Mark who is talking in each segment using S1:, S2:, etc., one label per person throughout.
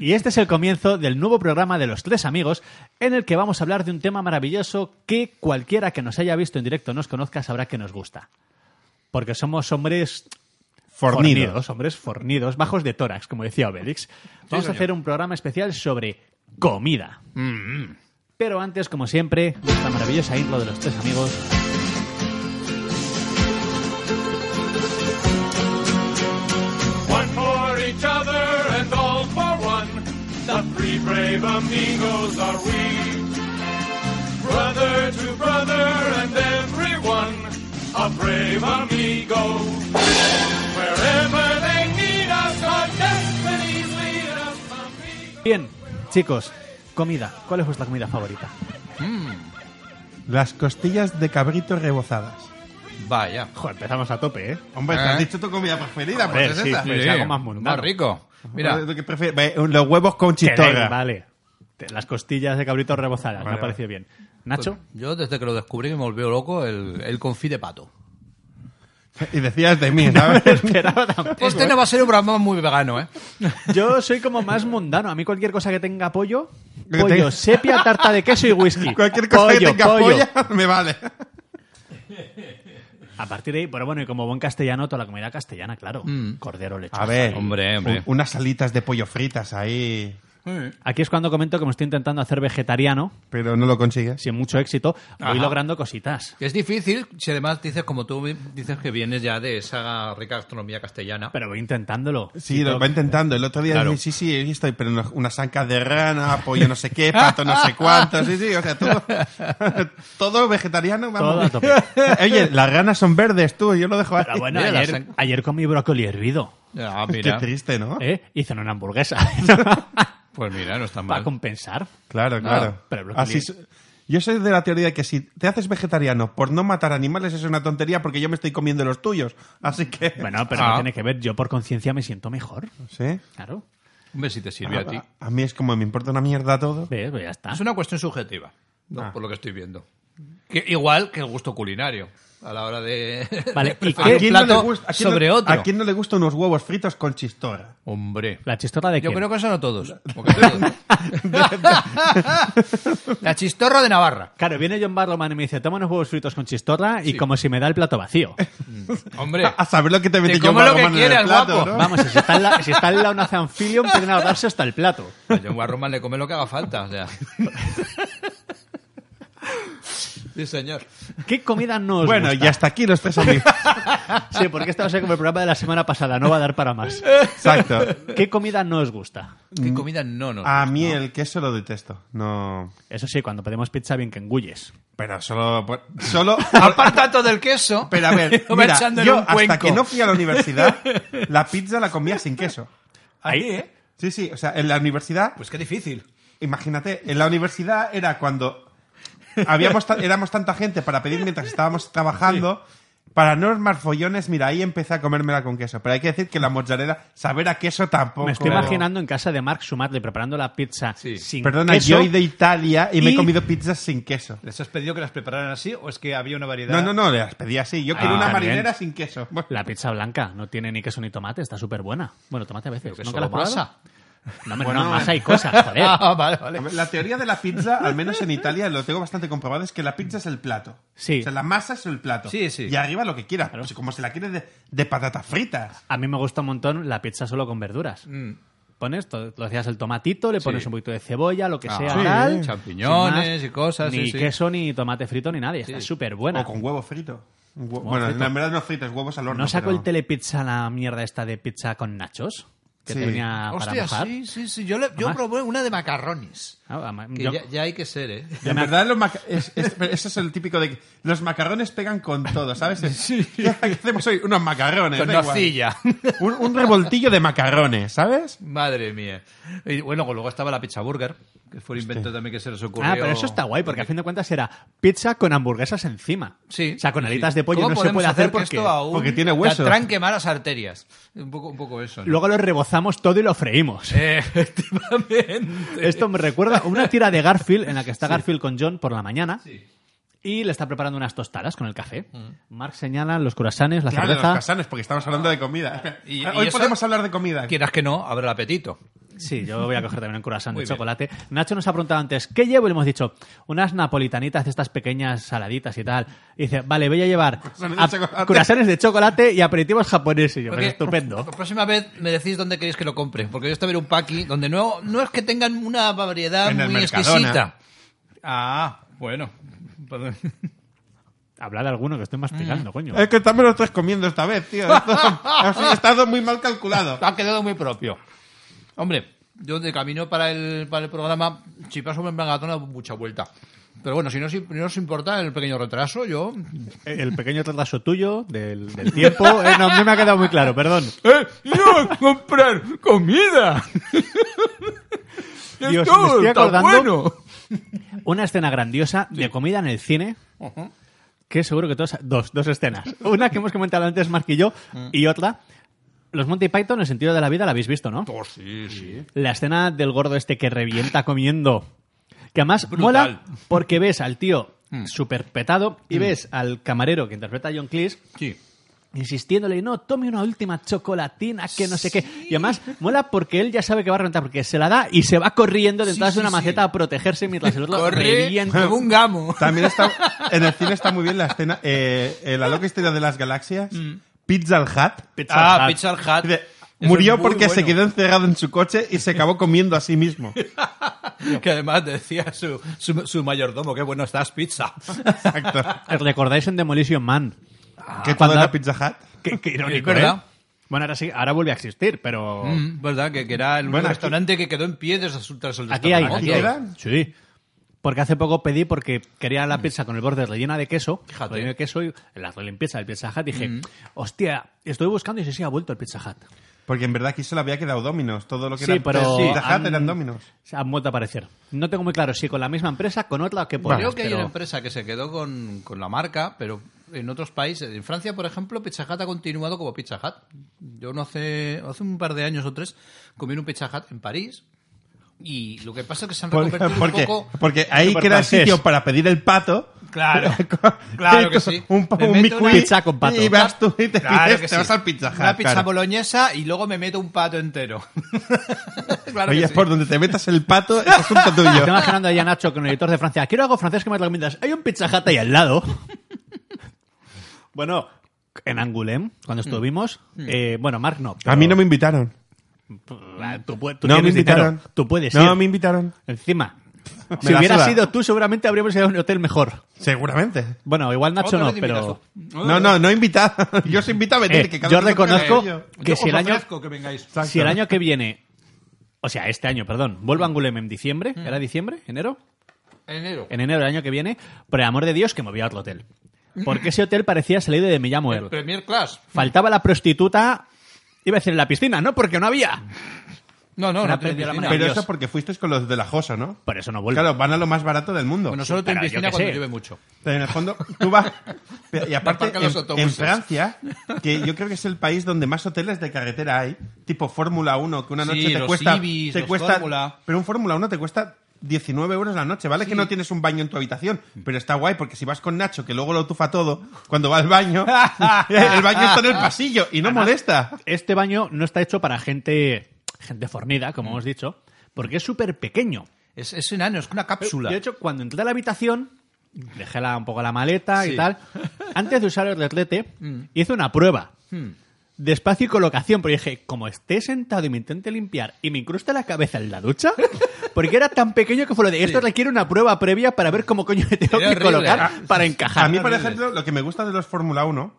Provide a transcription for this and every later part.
S1: Y este es el comienzo del nuevo programa de Los Tres Amigos, en el que vamos a hablar de un tema maravilloso que cualquiera que nos haya visto en directo nos conozca sabrá que nos gusta. Porque somos hombres fornidos, hombres fornidos, bajos de tórax, como decía Obelix. Vamos a hacer un programa especial sobre comida. Mm-hmm. Pero antes, como siempre, esta maravillosa intro de Los Tres Amigos.
S2: One for each other and all for one. The three brave amigos are we. Brother to brother and everyone, a brave amigo. Wherever they need us, our destinies lead us. Amigos.
S1: Bien, chicos, comida. ¿Cuál es vuestra comida favorita?
S3: Las costillas de cabrito rebozadas.
S4: Vaya.
S1: Joder, empezamos a tope, ¿eh?
S3: Hombre,
S4: ¿Eh?
S3: te has dicho tu comida preferida,
S1: Joder,
S3: pues es
S1: sí,
S3: esa. Pues
S1: sí. Pues algo más mundano.
S4: más rico. Mira,
S3: ¿Tú qué prefieres? Ve, Los huevos con
S1: Que den,
S3: chistorra.
S1: vale. Te- Las costillas de cabrito rebozadas, me
S3: Vale,
S1: ha parecido bien. Nacho,
S4: yo desde que lo descubrí me volvió loco el, el confit de pato.
S3: Y decías de mí, ¿sabes?
S1: esperaba tampoco.
S4: Este no va a ser un programa muy vegano, ¿eh?
S1: Yo soy como más mundano. A mí cualquier cosa que tenga pollo,
S3: Que
S1: pollo,
S3: tenga-
S1: sepia, tarta de queso y whisky.
S3: Cualquier cosa que
S1: Pollo,
S3: tenga
S1: pollo.
S3: polla me vale.
S1: A partir de ahí, pero bueno, y como buen castellano, toda la comida castellana, claro. Cordero, lechosa.
S3: Mm. A ver,
S4: Hombre, hombre.
S3: un- unas salitas de pollo fritas ahí,
S1: Aquí es cuando comento que me estoy intentando hacer vegetariano,
S3: pero no lo consigues.
S1: sin mucho éxito. Voy
S4: Ajá.
S1: logrando cositas.
S4: Es difícil si además dices, como tú dices, que vienes ya de esa rica gastronomía castellana.
S1: Pero voy intentándolo.
S3: Sí, lo va intentando. El otro día
S4: Claro.
S3: dije, sí, sí, he visto, pero no- unas ancas de rana, pollo no sé qué, pato no sé cuánto, sí, sí, o sea, todo, todo vegetariano,
S1: Todo a
S3: vamos.
S1: tope.
S3: Oye, las ranas son verdes, tú, yo lo dejo ahí.
S1: Pero bueno,
S4: Mira, la
S1: ayer,
S4: san-
S1: ayer comí brócoli hervido.
S4: Ah,
S3: Qué
S4: mira.
S3: triste, ¿no?
S1: ¿eh? Hice una hamburguesa.
S4: Pues mira, no está
S1: Para
S4: mal.
S1: compensar.
S3: Claro, claro.
S1: pero brócoli-
S3: Así es- yo soy de la teoría de que si te haces vegetariano por no matar animales es una tontería porque yo me estoy comiendo los tuyos. Así que...
S1: Bueno, pero
S4: Ah.
S1: no tiene que ver. Yo por conciencia me siento mejor.
S3: ¿Sí?
S1: Claro.
S4: Hombre, si te sirve
S3: Ah,
S4: a ti.
S3: A mí es como me importa una mierda todo.
S1: Ves, pues ya está.
S4: Es una cuestión subjetiva, ¿no?
S3: Ah.
S4: por lo que estoy viendo. Que, igual que el gusto culinario a la hora de
S1: Vale,
S4: de
S1: ¿y
S4: preferir
S1: qué-
S4: un
S3: quién
S4: plato
S3: le gusta- a quién no-
S4: sobre otro.
S3: ¿A quién no le gusta unos huevos fritos con chistorra?
S4: Hombre,
S1: La chistorra de
S4: yo
S1: quién?
S4: creo que eso no todos. porque todos- la chistorra de Navarra.
S1: Claro, viene John Barrowman y me dice, toma unos huevos fritos con chistorra y como si me da el plato vacío.
S4: Hombre,
S3: A saber lo que te mete
S4: Te
S3: yo
S4: como lo que
S3: Barrowman, en
S4: quiere
S3: el
S4: al
S3: plato,
S4: guapo.
S3: ¿no?
S1: Vamos, si está en la, si está en la una Zanfilion, pueden ahorrarse hasta el plato.
S4: a John Warroman le come lo que haga falta. O sea. Sí, señor.
S1: ¿Qué comida nos
S3: Bueno,
S1: gusta?
S3: y hasta aquí los tres amigos.
S1: Sí, porque esta va a ser como el programa de la semana pasada, no va a dar para más.
S3: Exacto.
S1: ¿Qué comida nos gusta?
S3: Mm.
S4: ¿Qué comida no nos
S3: A mí el queso lo detesto. No...
S1: Eso sí, cuando pedimos pizza, bien que engulles.
S3: Pero solo... por- Solo...
S4: Aparte tanto del queso,
S3: Pero a ver,
S4: lo va
S3: mira,
S4: echando en
S3: yo
S4: un
S3: hasta
S4: cuenco.
S3: que no fui a la universidad, la pizza la comía sin queso.
S1: Ahí, ¿eh?
S3: Sí, sí, o sea, en la universidad,
S4: Pues qué difícil.
S3: imagínate, en la universidad era cuando habíamos ta- éramos tanta gente para pedir mientras estábamos trabajando. Para no armar follones, mira, ahí empecé a comérmela con queso. Pero hay que decir que la mozzarella, saber a queso tampoco.
S1: Me estoy imaginando en casa de Mark Sumatle preparando la pizza
S4: Sí.
S1: sin
S3: Perdona,
S1: queso.
S3: yo he ido a Italia y, me
S1: Y-
S3: he comido pizzas sin queso.
S4: ¿Les has pedido que las prepararan así o es que había una variedad?
S3: No, no, no, las pedí así. Yo quería
S1: Ah,
S3: una
S1: bien.
S3: marinera sin queso. Bueno,
S1: La pizza blanca no tiene ni queso ni tomate, está súper buena. Bueno, tomate a veces.
S4: que
S1: ¿Nunca
S4: solo
S1: la has probado?
S4: masa.
S1: No, hombre,
S3: Bueno,
S1: no, masa y cosas,
S3: Eh.
S1: joder.
S4: Ah, vale, vale.
S3: La teoría de la pizza, al menos en Italia, lo tengo bastante comprobado, es que la pizza es el plato.
S1: Sí.
S3: O sea, la masa es el plato.
S4: Sí, sí.
S3: Y arriba lo que quieras. Pues como se la quiere de, de patatas fritas.
S1: A mí me gusta un montón la pizza solo con verduras.
S4: Mm.
S1: Pones, to- lo hacías el tomatito, le pones
S4: Sí.
S1: un poquito de cebolla, lo que
S4: Ah,
S1: sea,
S4: sí.
S1: tal.
S4: Champiñones
S1: sin más,
S4: y cosas, sí,
S1: Ni
S4: sí.
S1: queso, ni tomate frito, ni nada. y Está
S4: Sí.
S1: súper buena.
S3: O con huevo frito. Un hue- bueno,
S1: frito.
S3: en verdad no fritos, huevos al horno.
S1: ¿No saco
S3: pero-
S1: el telepizza la mierda esta de pizza con nachos? Que
S3: Sí.
S1: tenía para
S4: Hostia,
S1: mojar.
S4: sí, sí, sí. Yo, le- yo
S1: Además-
S4: probé una de macarrones.
S1: Ah, ama-
S4: Que
S1: yo-
S4: ya, ya hay que ser, ¿eh?
S3: En verdad, los maca- es- es- eso es el típico de que los macarrones pegan con todo, ¿sabes? ¿Qué hacemos hoy? Unos macarrones.
S4: Con
S3: da igual.
S4: nocilla.
S3: Un, un revoltillo de macarrones, ¿sabes?
S4: Madre mía. Y bueno, luego estaba la pizza burger, que fue un invento también que se les ocurrió.
S1: Ah, pero eso está guay, porque a fin de cuentas era pizza con hamburguesas encima.
S4: Sí.
S1: O sea, con
S4: sí,
S1: alitas
S4: sí.
S1: de pollo
S4: ¿Cómo
S1: no se
S4: podemos
S1: puede hacer
S4: que
S1: porque
S4: esto aún
S3: porque tiene hueso?
S4: Tranque malas arterias. Un poco, un poco eso. ¿no?
S1: luego lo rebozamos todo y lo freímos.
S4: Eh, Efectivamente.
S1: Esto me recuerda a una tira de Garfield en la que está Garfield con John por la mañana y le está preparando unas tostadas con el café. Mark señala los curasanes, la
S3: Claro, de los
S1: cerveza.
S3: casanes, porque estamos hablando de comida.
S4: Y- y
S3: hoy
S4: eso-
S3: podemos hablar de comida.
S4: Quieras que no, abre el apetito.
S1: Sí, yo voy a coger también un curasán de
S4: Muy bien.
S1: chocolate. Nacho nos ha preguntado antes, ¿qué llevo? Y le hemos dicho, unas napolitanitas de estas pequeñas saladitas y tal. Y dice, vale, voy a llevar
S3: Curasanes de
S1: a-
S3: chocolate.
S1: curasanes de chocolate y aperitivos japoneses. Y yo,
S4: Porque
S1: pero estupendo.
S4: La próxima vez me decís dónde queréis que lo compre, porque yo estoy en un paqui donde no, no es que tengan una variedad
S3: En el
S4: muy
S3: Mercadona.
S4: exquisita. Ah, bueno. Perdón.
S1: Hablar alguno que estoy masticando, coño.
S3: Es que también lo estás comiendo esta vez, tío. Esto ha estado muy mal calculado.
S4: Ha quedado muy propio. Hombre, yo de camino para el, para el programa, si paso me maratón, doy mucha vuelta. Pero bueno, si no, si no os importa el pequeño retraso, yo...
S1: El pequeño retraso tuyo del, del tiempo. eh, no, no me ha quedado muy claro, perdón.
S4: ¡Eh! ¡Yo comprar comida!
S1: Dios, me estoy acordando una escena grandiosa de comida en el cine. Que seguro que todos. Dos, dos escenas. Una que hemos comentado antes, Mark y yo, y otra. Los Monty Python, el sentido de la vida, la habéis visto, ¿no?
S4: sí, sí.
S1: La escena del gordo este que revienta comiendo. Que además
S4: Brutal.
S1: mola porque ves al tío super petado y ves al camarero que interpreta a John Cleese
S4: Sí.
S1: insistiéndole, no, tome una última chocolatina, que no sé qué. Y además, mola porque él ya sabe que va a reventar, porque se la da y se va corriendo detrás de una maceta a protegerse mientras el otro
S4: Corre
S1: revienta.
S4: como un gamo.
S3: También está. En el cine está muy bien la escena. eh, eh, la loca historia de las galaxias. Pizza Hut.
S1: Pizza
S4: Ah,
S1: Hut.
S4: Mm. Pizza Hut.
S3: Dice,
S4: Eso
S3: Murió
S4: es muy
S3: porque se
S4: bueno.
S3: quedó encerrado en su coche y se acabó comiendo a sí mismo.
S4: Que además decía su, su, su mayordomo, qué bueno estás, pizza.
S3: Exacto.
S1: ¿Recordáis en Demolition Man?
S4: Ah,
S3: que todo
S1: cuando-
S3: era Pizza Hut.
S1: Qué, qué irónico,
S4: Es verdad.
S1: ¿eh? Bueno, ahora sí, ahora vuelve a existir, pero...
S4: Mm, ¿Verdad? Que, que era el único
S3: Bueno, aquí-
S4: restaurante que quedó en pie tras el tras el
S1: Aquí hay,
S4: restaurante.
S1: aquí
S3: ¿Aquí
S1: hay.
S3: quedan?
S1: Sí. Porque hace poco pedí porque quería la pizza con el borde rellena de queso.
S4: Fíjate. Mm.
S1: Relleno de queso y la limpieza del Pizza Hut. Dije, hostia, estoy buscando y si sí ha vuelto el Pizza Hut.
S3: Porque en verdad aquí solo había quedado Dominos. Todo lo que
S1: Sí,
S3: era
S1: pero
S3: Pizza Hut
S1: han-
S3: eran Dominos.
S1: Se han vuelto a aparecer. No tengo muy claro si con la misma empresa, con otra o qué por
S4: Creo que hay una empresa que se quedó con, con la marca, pero en otros países. En Francia, por ejemplo, Pizza Hut ha continuado como Pizza Hut. Yo no hace, hace un par de años o tres comí en un Pizza Hut en París. Y lo que pasa es que se han
S3: Porque,
S4: reconvertido
S3: porque,
S4: un poco.
S3: porque ahí que era el
S1: Superfrancés.
S3: sitio para pedir el pato.
S4: Claro,
S3: con-
S4: claro que sí.
S3: Un, pa-
S4: Me
S3: un
S4: meto
S3: McQueen
S4: una-
S1: Pizza con pato.
S3: Y vas tú y te
S4: Claro
S3: pides,
S4: que
S3: te
S4: sí.
S3: vas al Pizza Hut.
S4: Una pizza
S3: claro.
S4: boloñesa y luego me meto un pato entero. claro
S3: Oye,
S4: que sí.
S3: por donde te metas el pato es asunto
S1: Me
S3: tuyo.
S1: Estoy imaginando ahí a Nacho con el editor de Francia. Quiero algo francés que me recomiendas. Hay un Pizza Hut ahí al lado. bueno, en Angoulême, cuando
S4: Mm.
S1: estuvimos. eh, bueno, Marc no. pero-
S3: A mí no me invitaron.
S1: Ah, Tú, pue- tú
S3: No me
S1: tienes dinero.
S3: invitaron.
S1: Tú puedes ir.
S3: No me invitaron.
S1: Encima.
S3: Me
S1: Si
S3: la
S1: hubiera
S3: suda.
S1: sido tú, seguramente habríamos ido a un hotel mejor.
S3: Seguramente.
S1: Bueno, igual Nacho
S4: Otra
S1: no,
S4: vez invitas
S1: pero.
S4: tú.
S3: No, no, no invitaron. Yo os invito a venir.
S1: Eh,
S3: que cada
S1: yo
S3: uno que
S1: reconozco
S3: venga.
S1: que
S4: Yo
S1: si el,
S4: os
S1: año,
S4: ofrezco que vengáis.
S3: Exacto.
S1: si el año que viene. O sea, este año, perdón. Vuelvo a Angulem en diciembre. ¿Era diciembre? ¿Enero?
S4: Enero.
S1: En enero del año que viene. Por el amor de Dios, que me voy a otro hotel. Porque ese hotel parecía salido de Me llamo Earl.
S4: Premier Class.
S1: Faltaba la prostituta. Iba a decir en la piscina, ¿no? Porque no había.
S4: No, no,
S1: Una
S4: no tiene
S1: perdió la
S4: piscina.
S1: manera.
S3: Pero
S1: Dios.
S3: eso porque fuisteis con los de la Josa, ¿no?
S1: Por eso no vuelvo.
S3: Claro, van a lo más barato del mundo.
S4: Bueno, solo tiene
S1: Pero yo
S4: piscina
S1: qué
S4: cuando
S1: sé.
S4: llueve mucho.
S3: Pero en el fondo, tú vas. Y aparte,
S4: aparcan los
S3: en, en
S4: autobuses.
S3: Francia, que yo creo que es el país donde más hoteles de carretera hay, tipo Fórmula 1, que una
S4: Sí,
S3: noche te
S4: los
S3: cuesta.
S4: Ibis,
S3: te
S4: los
S3: cuesta
S4: Fórmula.
S3: Pero un Fórmula 1 te cuesta 19 euros la noche, ¿vale? Que no tienes un baño en tu habitación,
S4: Mm.
S3: pero está guay porque si vas con Nacho, que luego lo tufa todo, cuando va al baño, el baño está en el pasillo y no molesta.
S1: Este baño no está hecho para gente, gente fornida,
S3: Mm.
S1: como hemos dicho, porque es súper pequeño.
S4: Es, es enano, es una cápsula.
S1: De Eh, hecho, cuando entré a la habitación, dejé la- un poco la maleta y
S4: Sí.
S1: tal. Antes de usar el retrete, hice una prueba de espacio y colocación, porque dije, como esté sentado y me intente limpiar y me incruste la cabeza en la ducha, porque era tan pequeño que fue lo de esto requiere una prueba previa para ver cómo coño me tengo
S4: Era
S1: que
S4: horrible.
S1: colocar
S4: Ah,
S1: para encajar.
S3: A mí, por
S4: horrible.
S3: Hmm. ejemplo, lo que me gusta de los Fórmula 1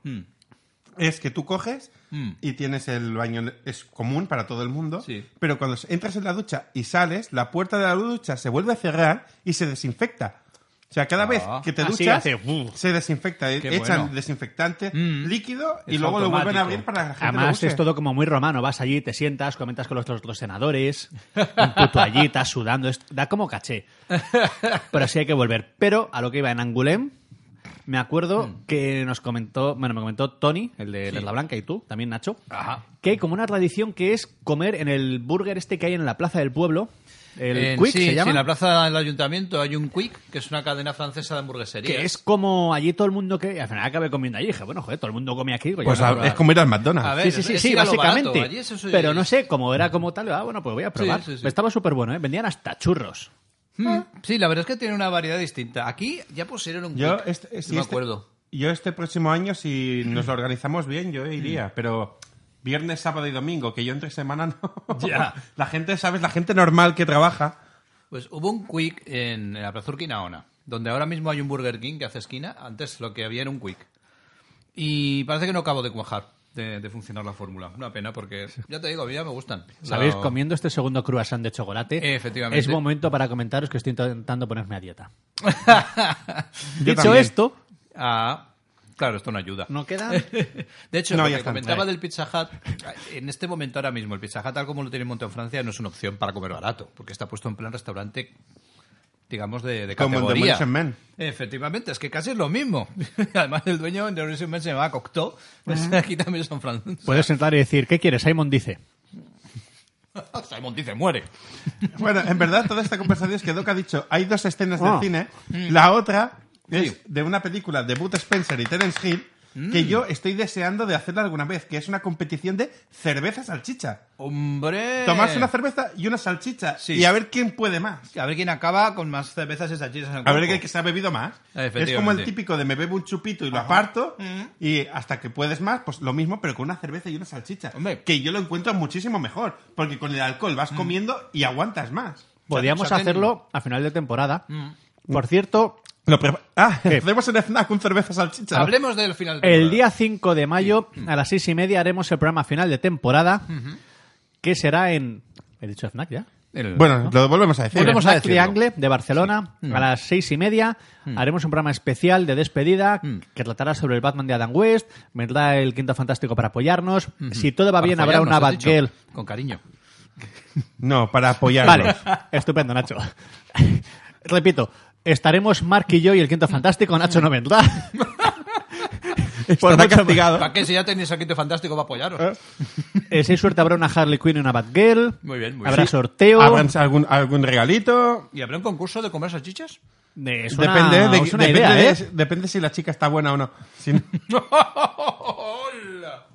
S3: es que tú coges y tienes el baño, es común para todo el mundo,
S4: Sí.
S3: pero cuando entras en la ducha y sales, la puerta de la ducha se vuelve a cerrar y se desinfecta. O sea, cada vez que te
S1: Así
S3: duchas,
S1: Ah, hace, ¡buf!
S3: se desinfecta,
S4: Qué
S3: echan
S4: bueno.
S3: desinfectante líquido y
S4: Es
S3: luego lo vuelven a
S4: automático.
S3: abrir para que la gente lo
S1: Además,
S3: use.
S1: es todo como muy romano. Vas allí, te sientas, comentas con los otros dos senadores, en tu toallita, sudando. es- Da como caché. Pero sí hay que volver. Pero a lo que iba en Angulem, me acuerdo
S4: Hmm.
S1: que nos comentó, bueno, me comentó Tony, el de La Blanca, y tú, también Nacho,
S4: Ajá.
S1: que hay como una tradición que es comer en el burger este que hay en la plaza del pueblo. El
S4: En-
S1: Quick
S4: sí,
S1: se
S4: sí,
S1: llama.
S4: en la plaza del ayuntamiento hay un Quick, que es una cadena francesa de hamburgueserías.
S1: que es como allí todo el mundo que. Al final acabé comiendo allí. Dije, bueno, joder, todo el mundo come aquí. digo,
S3: Pues
S1: yo no
S3: a-
S1: voy a-
S3: es como ir al McDonald's.
S4: A ver.
S1: Sí, sí, sí,
S4: es
S1: sí,
S4: ir a lo
S1: básicamente.
S4: barato, allí eso es-
S1: Pero no sé, como era como tal, ah, bueno, pues voy a probar.
S4: Sí, sí, sí.
S1: Estaba súper bueno, ¿eh? Vendían hasta churros.
S4: Mm, Sí, la verdad es que tiene una variedad distinta. Aquí ya pusieron un
S3: Yo
S4: Quick.
S3: este, si
S4: no me
S3: este-
S4: acuerdo.
S3: yo este próximo año, si nos lo organizamos bien, yo
S4: Mm.
S3: iría, pero viernes, sábado y domingo, que yo entre semana no.
S4: Ya.
S3: La gente, ¿sabes? La gente normal que trabaja.
S4: Pues hubo un Quick en, en la Plaza Urquinaona, donde ahora mismo hay un Burger King que hace esquina. Antes lo que había era un Quick. Y parece que no acabo de cuajar, de, de funcionar la fórmula. Una pena, porque ya te digo, a mí ya me gustan.
S1: ¿Sabéis?
S4: Lo-
S1: Comiendo este segundo croissant de chocolate.
S4: Efectivamente.
S1: Es momento para comentaros que estoy intentando ponerme a dieta.
S3: Yo
S1: Dicho
S3: también.
S1: esto,
S4: Ah, claro, esto no ayuda.
S1: no queda.
S4: De hecho,
S3: No, eh.
S4: lo
S3: ya
S4: que
S3: está.
S4: comentaba
S3: Vale.
S4: del Pizza Hut, en este momento ahora mismo, el Pizza Hut, tal como lo tiene en en Francia, no es una opción para comer barato, porque está puesto en plan restaurante, digamos, de, de
S3: Como el de
S4: categoría.
S3: Demolition Man.
S4: Efectivamente, es que casi es lo mismo. Además, el dueño de Demolition Man se llamaba Cocteau, pues aquí también son franceses.
S1: Puedes sentar y decir, ¿qué quieres? Simon dice.
S4: Simon dice, muere.
S3: Bueno, en verdad, toda esta conversación es que Doc ha dicho, hay dos escenas
S1: Ah.
S3: del cine. La otra es
S4: Mm. Sí.
S3: de una película de Bud Spencer y Terence Hill
S4: Mm.
S3: que yo estoy deseando de hacerla alguna vez, que es una competición de cerveza-salchicha.
S4: ¡Hombre!
S3: Tomarse una cerveza y una salchicha
S4: Eh. Sí.
S3: y a ver quién puede más.
S4: A ver quién acaba con más cervezas y salchichas en el
S3: A ver
S4: cuerpo.
S3: el que se ha bebido más.
S4: Efectivamente.
S3: Es como el típico de me bebo un chupito y lo aparto
S1: Mm.
S3: y hasta que puedes más, pues lo mismo, pero con una cerveza y una salchicha.
S4: Hombre.
S3: Que yo lo encuentro muchísimo mejor, porque con el alcohol
S1: Mm.
S3: vas comiendo y aguantas más.
S1: Podríamos
S4: saquen-
S1: hacerlo a final de temporada.
S4: Mm.
S1: Por cierto,
S3: Lo prepa- ah, hacemos en FNAC un cerveza salchicha.
S4: Hablemos del final. de
S1: El
S4: temporada.
S1: día 5 de mayo, a las seis y media, haremos el programa final de temporada, que será en... ¿He dicho FNAC ya?
S4: El-
S3: Bueno, lo volvemos a decir.
S1: Volvemos
S4: FNAC
S1: a Triangle de Barcelona a las seis y media. Haremos un programa especial de despedida que tratará sobre el Batman de Adam West. Vendrá el Quinto Fantástico para apoyarnos. Si todo va
S4: Para
S1: bien, habrá
S4: follarnos,
S1: una
S4: has dicho,
S1: Batgirl.
S4: Con cariño.
S3: No, para apoyarnos.
S1: Vale, estupendo, Nacho. Repito, estaremos Mark y yo y el Quinto Fantástico. Nacho no vendrá.
S3: Estará
S1: mucho-
S3: castigado.
S4: ¿Para qué? Si ya tenéis aquí fantástico para apoyaros.
S1: Eh, si hay suerte, habrá una Harley Quinn y una Batgirl.
S4: Muy bien, muy
S1: Habrá
S4: bien.
S1: sorteo.
S3: Habrán algún, algún regalito.
S4: ¿Y habrá un concurso de comer salchichas?
S1: Eh, es una-
S3: Depende, de-
S1: es una
S3: depende
S1: idea,
S3: de-
S1: ¿eh?
S3: depende si la chica está buena o no. Si no-
S4: ¡Hola!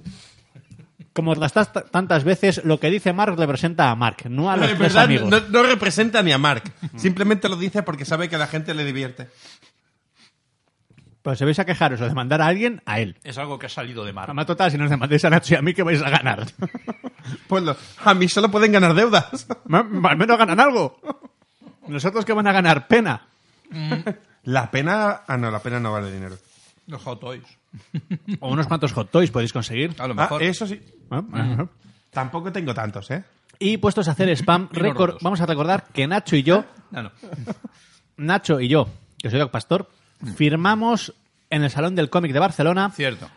S1: Como las tas- tantas veces, lo que dice Mark representa a Mark, no a los
S3: En
S1: tres
S3: verdad,
S1: amigos.
S3: no, no representa ni a Mark. Simplemente lo dice porque sabe que a la gente le divierte.
S1: Pero Pues si vais a quejaros o demandar a alguien, a él.
S4: Es algo que ha salido de mar.
S1: Además, total, si nos demandéis a Nacho y a mí, ¿qué vais a ganar?
S3: Pues lo- a mí solo pueden ganar deudas.
S1: Ma- Al menos ganan algo. Nosotros que van a ganar pena.
S3: La pena. Ah, no, la pena no vale dinero.
S4: Los hot toys.
S1: O unos cuantos hot toys podéis conseguir.
S4: A lo
S3: Ah,
S4: mejor.
S3: eso sí.
S1: Ah, ajá.
S3: Tampoco tengo tantos, ¿eh?
S1: Y puestos a hacer spam,
S4: Menos
S1: recor-
S4: rotos.
S1: vamos a recordar que Nacho y yo,
S4: No, no.
S1: Nacho y yo, que soy Doc Pastor, firmamos en el Salón del Cómic de Barcelona,
S4: Cierto.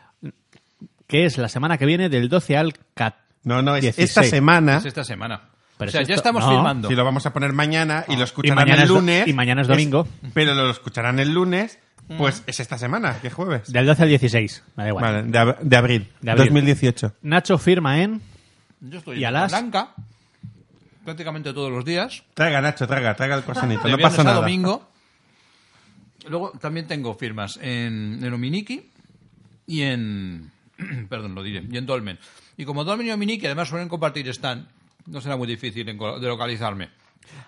S1: que es la semana que viene, del 12 al 14.
S3: No, no, es
S1: 16.
S3: esta semana.
S4: Es esta semana.
S1: ¿Eh? Pero
S4: o sea,
S1: si
S4: ya
S1: esto-
S4: estamos
S1: no.
S4: filmando.
S3: Si lo vamos a poner mañana y lo escucharán
S1: Ah, mañana
S3: el
S1: es do-
S3: lunes.
S1: y mañana es domingo.
S3: pero lo escucharán el lunes,
S4: Mm.
S3: pues es esta semana, que es jueves.
S1: Del 12 al 16, me da igual.
S3: Vale, de, ab- de abril,
S1: De abril.
S3: 2018.
S1: Nacho firma en...
S4: Yo estoy
S1: ¿Y a
S4: en
S1: las?
S4: Blanca prácticamente todos los días.
S3: Traga, Nacho, traga, traga el cosanito.
S4: De
S3: No
S4: viernes
S3: pasa
S4: a
S3: nada.
S4: domingo. Luego también tengo firmas en, en Ominiki y en. Perdón, lo diré. Y en Dolmen. Y como Dolmen y Ominiki además suelen compartir stand, no será muy difícil enco- de localizarme.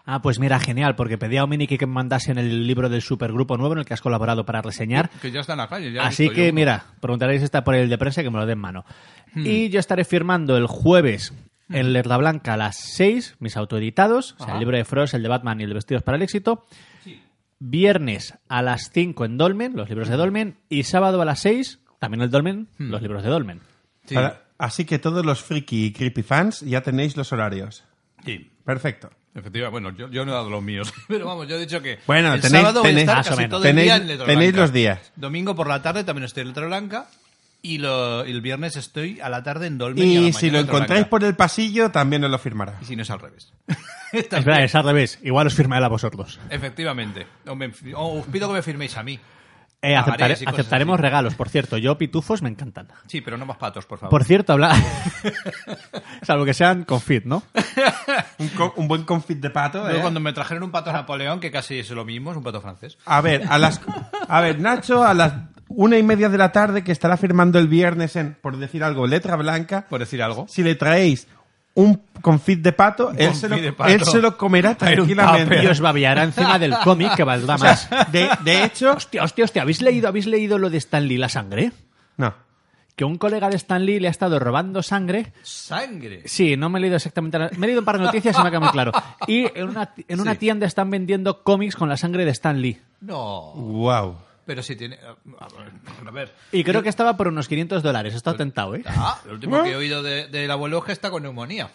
S1: Ah, pues mira, genial, porque pedí a Ominiki que me mandasen el libro del supergrupo nuevo en el que has colaborado para reseñar.
S4: Que ya está en la calle. ya he
S1: Así
S4: visto
S1: que
S4: yo.
S1: mira, preguntaréis esta por el de prensa que me lo den mano.
S4: Hmm.
S1: Y yo estaré firmando el jueves en Lerda Blanca a las 6, mis autoeditados, o sea, el libro de Frost, el de Batman y el de Vestidos para el Éxito. Viernes a las 5 en Dolmen, los libros de Dolmen. Y sábado a las 6, También el Dolmen,
S4: Hmm.
S1: los libros de Dolmen.
S4: Sí.
S3: Ahora- así que todos los friki y creepy fans ya tenéis los horarios.
S4: Sí.
S3: Perfecto.
S4: Efectivamente, bueno, yo, yo no he dado los míos, pero vamos, yo he dicho que
S3: Bueno,
S4: el
S3: tenéis-
S4: sábado voy a
S3: tenéis-
S4: estar
S1: más o
S4: casi
S1: menos.
S4: todo el día
S3: Tenéis-
S4: en Letra
S3: tenéis
S4: Blanca.
S3: los días.
S4: Domingo por la tarde también estoy en Letra Blanca y lo- el viernes estoy a la tarde en Dolmen. a la
S3: Y
S4: mañana
S3: si lo
S4: en Letra
S3: encontráis
S4: Blanca.
S3: por el pasillo, también os lo firmará.
S4: Y si no es al revés.
S1: Espera, es al revés. Igual os firmaré a vosotros.
S4: Efectivamente. O me fi- o os pido que me firméis a mí.
S1: Eh, aceptare-
S4: Pagarés y cosas
S1: aceptaremos
S4: así.
S1: regalos, por cierto. Yo pitufos me encantan.
S4: Sí, pero no más patos, por favor.
S1: Por cierto, habla... Salvo que sean confit, ¿no?
S3: Un, co- un buen confit de pato.
S4: Luego
S3: ¿eh?
S4: cuando me trajeron un pato Napoleón, que casi es lo mismo, es un pato francés.
S3: A ver, a las a ver, Nacho, a las una y media de la tarde que estará firmando el viernes en, por decir algo, letra blanca.
S4: Por decir algo.
S3: Si le traéis un confit de pato, él se, lo,
S4: confit de pato.
S3: él se lo comerá
S4: Traer un
S3: tranquilamente.
S4: tupper.
S1: Y os babiará encima del cómic que valdrá más.
S3: De, de hecho,
S1: Hostia, hostia, hostia. ¿Habéis leído, ¿Habéis leído lo de Stan Lee, la sangre?
S3: no.
S1: Que un colega de Stan Lee le ha estado robando sangre
S4: Sangre.
S1: Sí, no me he leído exactamente. la- Me he leído un par de noticias y me ha quedado muy claro. Y en una, en una
S4: Sí.
S1: tienda están vendiendo cómics con la sangre de Stan Lee.
S4: No.
S3: Wow.
S4: Pero si tiene... A ver. a ver.
S1: Y creo que estaba por unos 500 dólares. Está tentado, ¿eh?
S4: Ah, lo último que he oído de- del abuelo es que está con neumonía.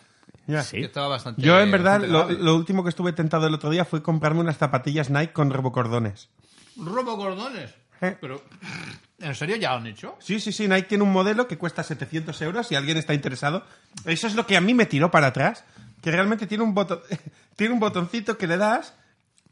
S1: Sí.
S4: Que estaba bastante...
S3: Yo, en verdad,
S4: bastante
S3: lo,
S4: grave.
S3: lo último que estuve tentado el otro día fue comprarme unas zapatillas Nike con robocordones.
S4: Robo cordones.
S3: ¿Eh?
S4: Pero... ¿En serio ya lo han hecho?
S3: Sí, sí, sí, Nike tiene un modelo que cuesta 700 euros si alguien está interesado. Eso es lo que a mí me tiró para atrás, que realmente tiene un, botón, tiene un botoncito que le das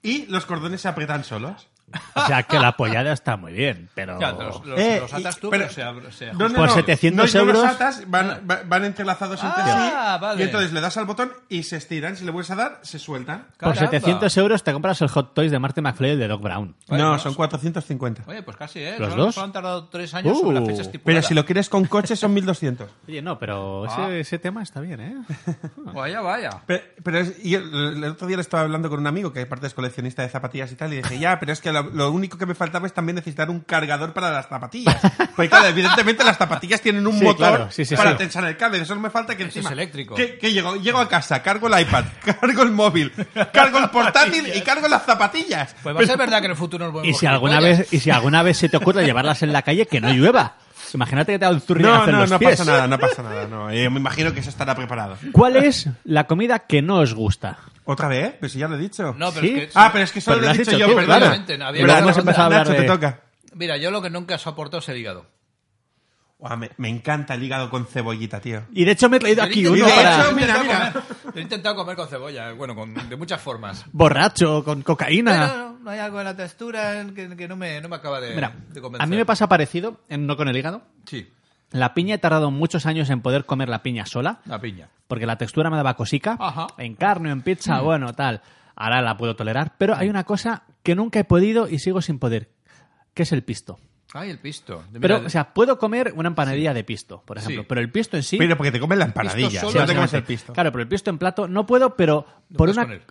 S3: y los cordones se apretan solos.
S1: O sea que la apoyada está muy bien, pero.
S4: Ya, los, los-
S3: Eh,
S4: los atas
S3: y-
S4: tú,
S3: pero-
S4: pero, se, ab- se
S3: No, no,
S1: Por
S3: no,
S1: 700
S3: no, no los
S1: euros.
S3: atas, van, va- van entrelazados
S4: Ah,
S3: entre sí
S4: vale.
S3: y entonces le das al botón y se estiran. Si le vuelves a dar, se sueltan.
S1: Por
S4: Caramba.
S1: 700 euros te compras el Hot Toys de Marty McFly y el de Doc Brown.
S4: Vale,
S3: no,
S4: no,
S3: son 450.
S4: Oye, pues casi, ¿eh?
S1: ¿Los
S4: Solo-
S1: dos?
S4: solo han tardado tres años
S1: Uh,
S4: sobre la fecha estipulada.
S3: Pero si lo quieres con coche son 1200.
S1: Oye, no, pero ese,
S4: Ah.
S1: ese tema está bien, ¿eh?
S4: Vaya, vaya.
S3: Pero, pero es- y el, el otro día le estaba hablando con un amigo que aparte es coleccionista de zapatillas y tal, y dije, ya, pero es que lo, lo único que me faltaba es también necesitar un cargador para las zapatillas. Porque claro, evidentemente las zapatillas tienen un
S1: Sí,
S3: motor
S1: claro, sí, sí,
S3: para
S1: sí.
S3: tensar el cable, eso no me falta que
S4: Eso
S3: encima...
S4: es eléctrico.
S3: Que, que llego, llego a casa, cargo el iPad, cargo el móvil, cargo el portátil y cargo las zapatillas.
S4: Pues va a ser verdad que en el futuro nos
S1: Y
S4: volvemos
S1: si alguna
S4: gilipollas.
S1: vez, y si alguna vez se te ocurre llevarlas en la calle, que no llueva. Imagínate que te da un
S3: No,
S1: zurriagazo en
S3: no,
S1: los
S3: no
S1: pies.
S3: pasa nada, no pasa nada. No. Eh, me imagino que eso estará preparado.
S1: ¿Cuál es la comida que no os gusta?
S3: ¿Otra vez? Pues si ya lo he dicho.
S4: No, pero
S1: ¿Sí?
S4: es que...
S3: ah, pero es que solo lo
S1: Pero
S3: he
S1: lo has
S3: dicho,
S1: dicho
S3: yo,
S1: tú,
S3: perdona.
S1: claro.
S4: Obviamente, había
S3: Pero
S4: otra
S3: hemos
S4: ronda.
S3: empezado a hablar
S1: Nacho,
S3: de...
S1: te
S3: toca.
S4: Mira, yo lo que nunca he soportado es el hígado.
S3: Guau, me, me encanta el hígado con cebollita, tío.
S1: Y de hecho me he traído aquí
S3: Y
S1: uno
S3: de
S1: para...
S3: hecho, mira,
S4: He intentado
S3: mira.
S4: comer- Lo he intentado comer con cebolla, eh, bueno, con- de muchas formas.
S1: borracho, con cocaína.
S4: Pero no, no hay algo en la textura en que, que no, me, no me acaba de,
S1: Mira,
S4: de convencer.
S1: a mí me pasa parecido, en- no con el hígado.
S4: Sí,
S1: La piña he tardado muchos años en poder comer la piña sola,
S4: la piña.
S1: porque la textura me daba cosica.
S4: Ajá. Mm.
S1: En carne, o en pizza, bueno, tal. Ahora la puedo tolerar. Pero hay una cosa que nunca he podido y sigo sin poder, que es el pisto.
S4: Ay, el pisto. Mira,
S1: Pero,
S4: el-
S1: o sea, puedo comer una empanadilla de pisto, por ejemplo.
S4: Sí.
S1: Pero el pisto en sí...
S3: Pero porque te comes la empanadilla,
S4: Pisto
S3: si
S4: solo
S3: no te
S4: te
S3: comes
S1: básicamente-
S3: el pisto.
S1: Claro, pero el pisto en plato no puedo, pero por
S4: puedes
S1: una...
S4: poner.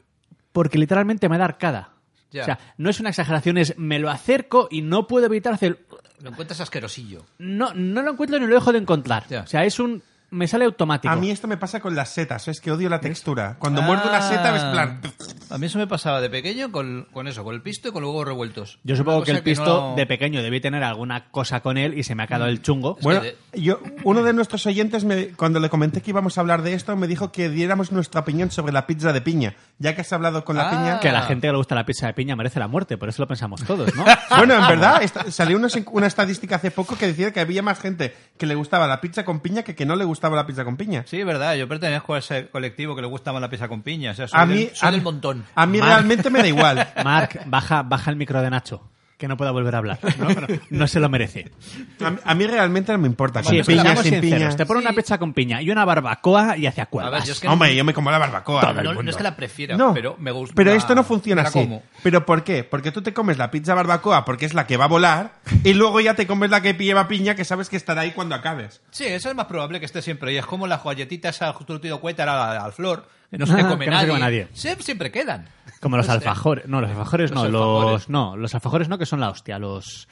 S1: Porque literalmente me da arcada.
S4: Ya.
S1: O sea, no es una exageración, es me lo acerco y no puedo evitar hacer...
S4: lo encuentras asquerosillo.
S1: No, no lo encuentro ni lo dejo de encontrar.
S4: Ya.
S1: O sea, es un. Me sale automático.
S3: A mí esto me pasa con las setas, es que odio la textura. Cuando muerdo una
S4: Ah.
S3: seta ves plan...
S4: A mí eso me pasaba de pequeño con, con eso, con el pisto y con los huevos revueltos.
S1: Yo supongo
S4: Una
S1: que el
S4: cosa
S1: pisto
S4: no- Mm.
S1: de pequeño debí tener alguna cosa con él y se me ha quedado el chungo.
S4: Es que
S3: Bueno,
S4: de-
S3: yo, uno de nuestros oyentes, me, cuando le comenté que íbamos a hablar de esto, me dijo que diéramos nuestra opinión sobre la pizza de piña, ya que has hablado con la
S4: Ah.
S3: piña.
S1: Que a la gente que le gusta la pizza de piña merece la muerte, por eso lo pensamos todos, ¿no?
S3: Bueno, en verdad, esta- salió una, una estadística hace poco que decía que había más gente que le gustaba la pizza con piña que que no le gustaba la pizza con piña.
S4: Sí, es verdad, yo pertenezco a ese colectivo que le gusta más la pizza con piña. O sea, soy
S3: a
S4: del-
S3: mí,
S4: soy
S3: a-
S4: del montón.
S3: A mí
S1: Mar-
S3: realmente me da igual.
S1: Marc, baja, baja el micro de Nacho, que no pueda volver a hablar. No, Pero no se lo merece.
S3: A, mí- a mí realmente no me importa. Con
S4: pues
S1: Sí,
S3: piña,
S1: seamos
S3: sin piña.
S1: sinceros. Te pone una
S4: Sí.
S1: pizza con piña y una barbacoa y hacia
S4: A
S1: cuál
S4: ver,
S1: vas.
S4: yo este es que-
S3: Hombre, yo me como la barbacoa.
S4: Todo
S3: del
S4: el mundo.
S3: mundo.
S4: no es que la prefiera,
S3: No,
S4: pero me gusta.
S3: Pero esto no funciona
S4: la
S3: así.
S4: como.
S3: ¿Pero por qué? Porque tú te comes la pizza barbacoa porque es la que va a volar y luego ya te comes la que lleva piña que sabes que estará ahí cuando acabes.
S4: Sí, eso es más probable que esté siempre ahí. Es como las galletitas ah, al tío cuétara al, al flor, que no se come,
S1: Que no se
S4: nadie.
S1: come nadie.
S4: Sie- Siempre quedan.
S1: Como los alfajores. No, los alfajores no.
S4: Los
S1: Los,
S4: alfajores.
S1: no, los alfajores no, que son la hostia. Los.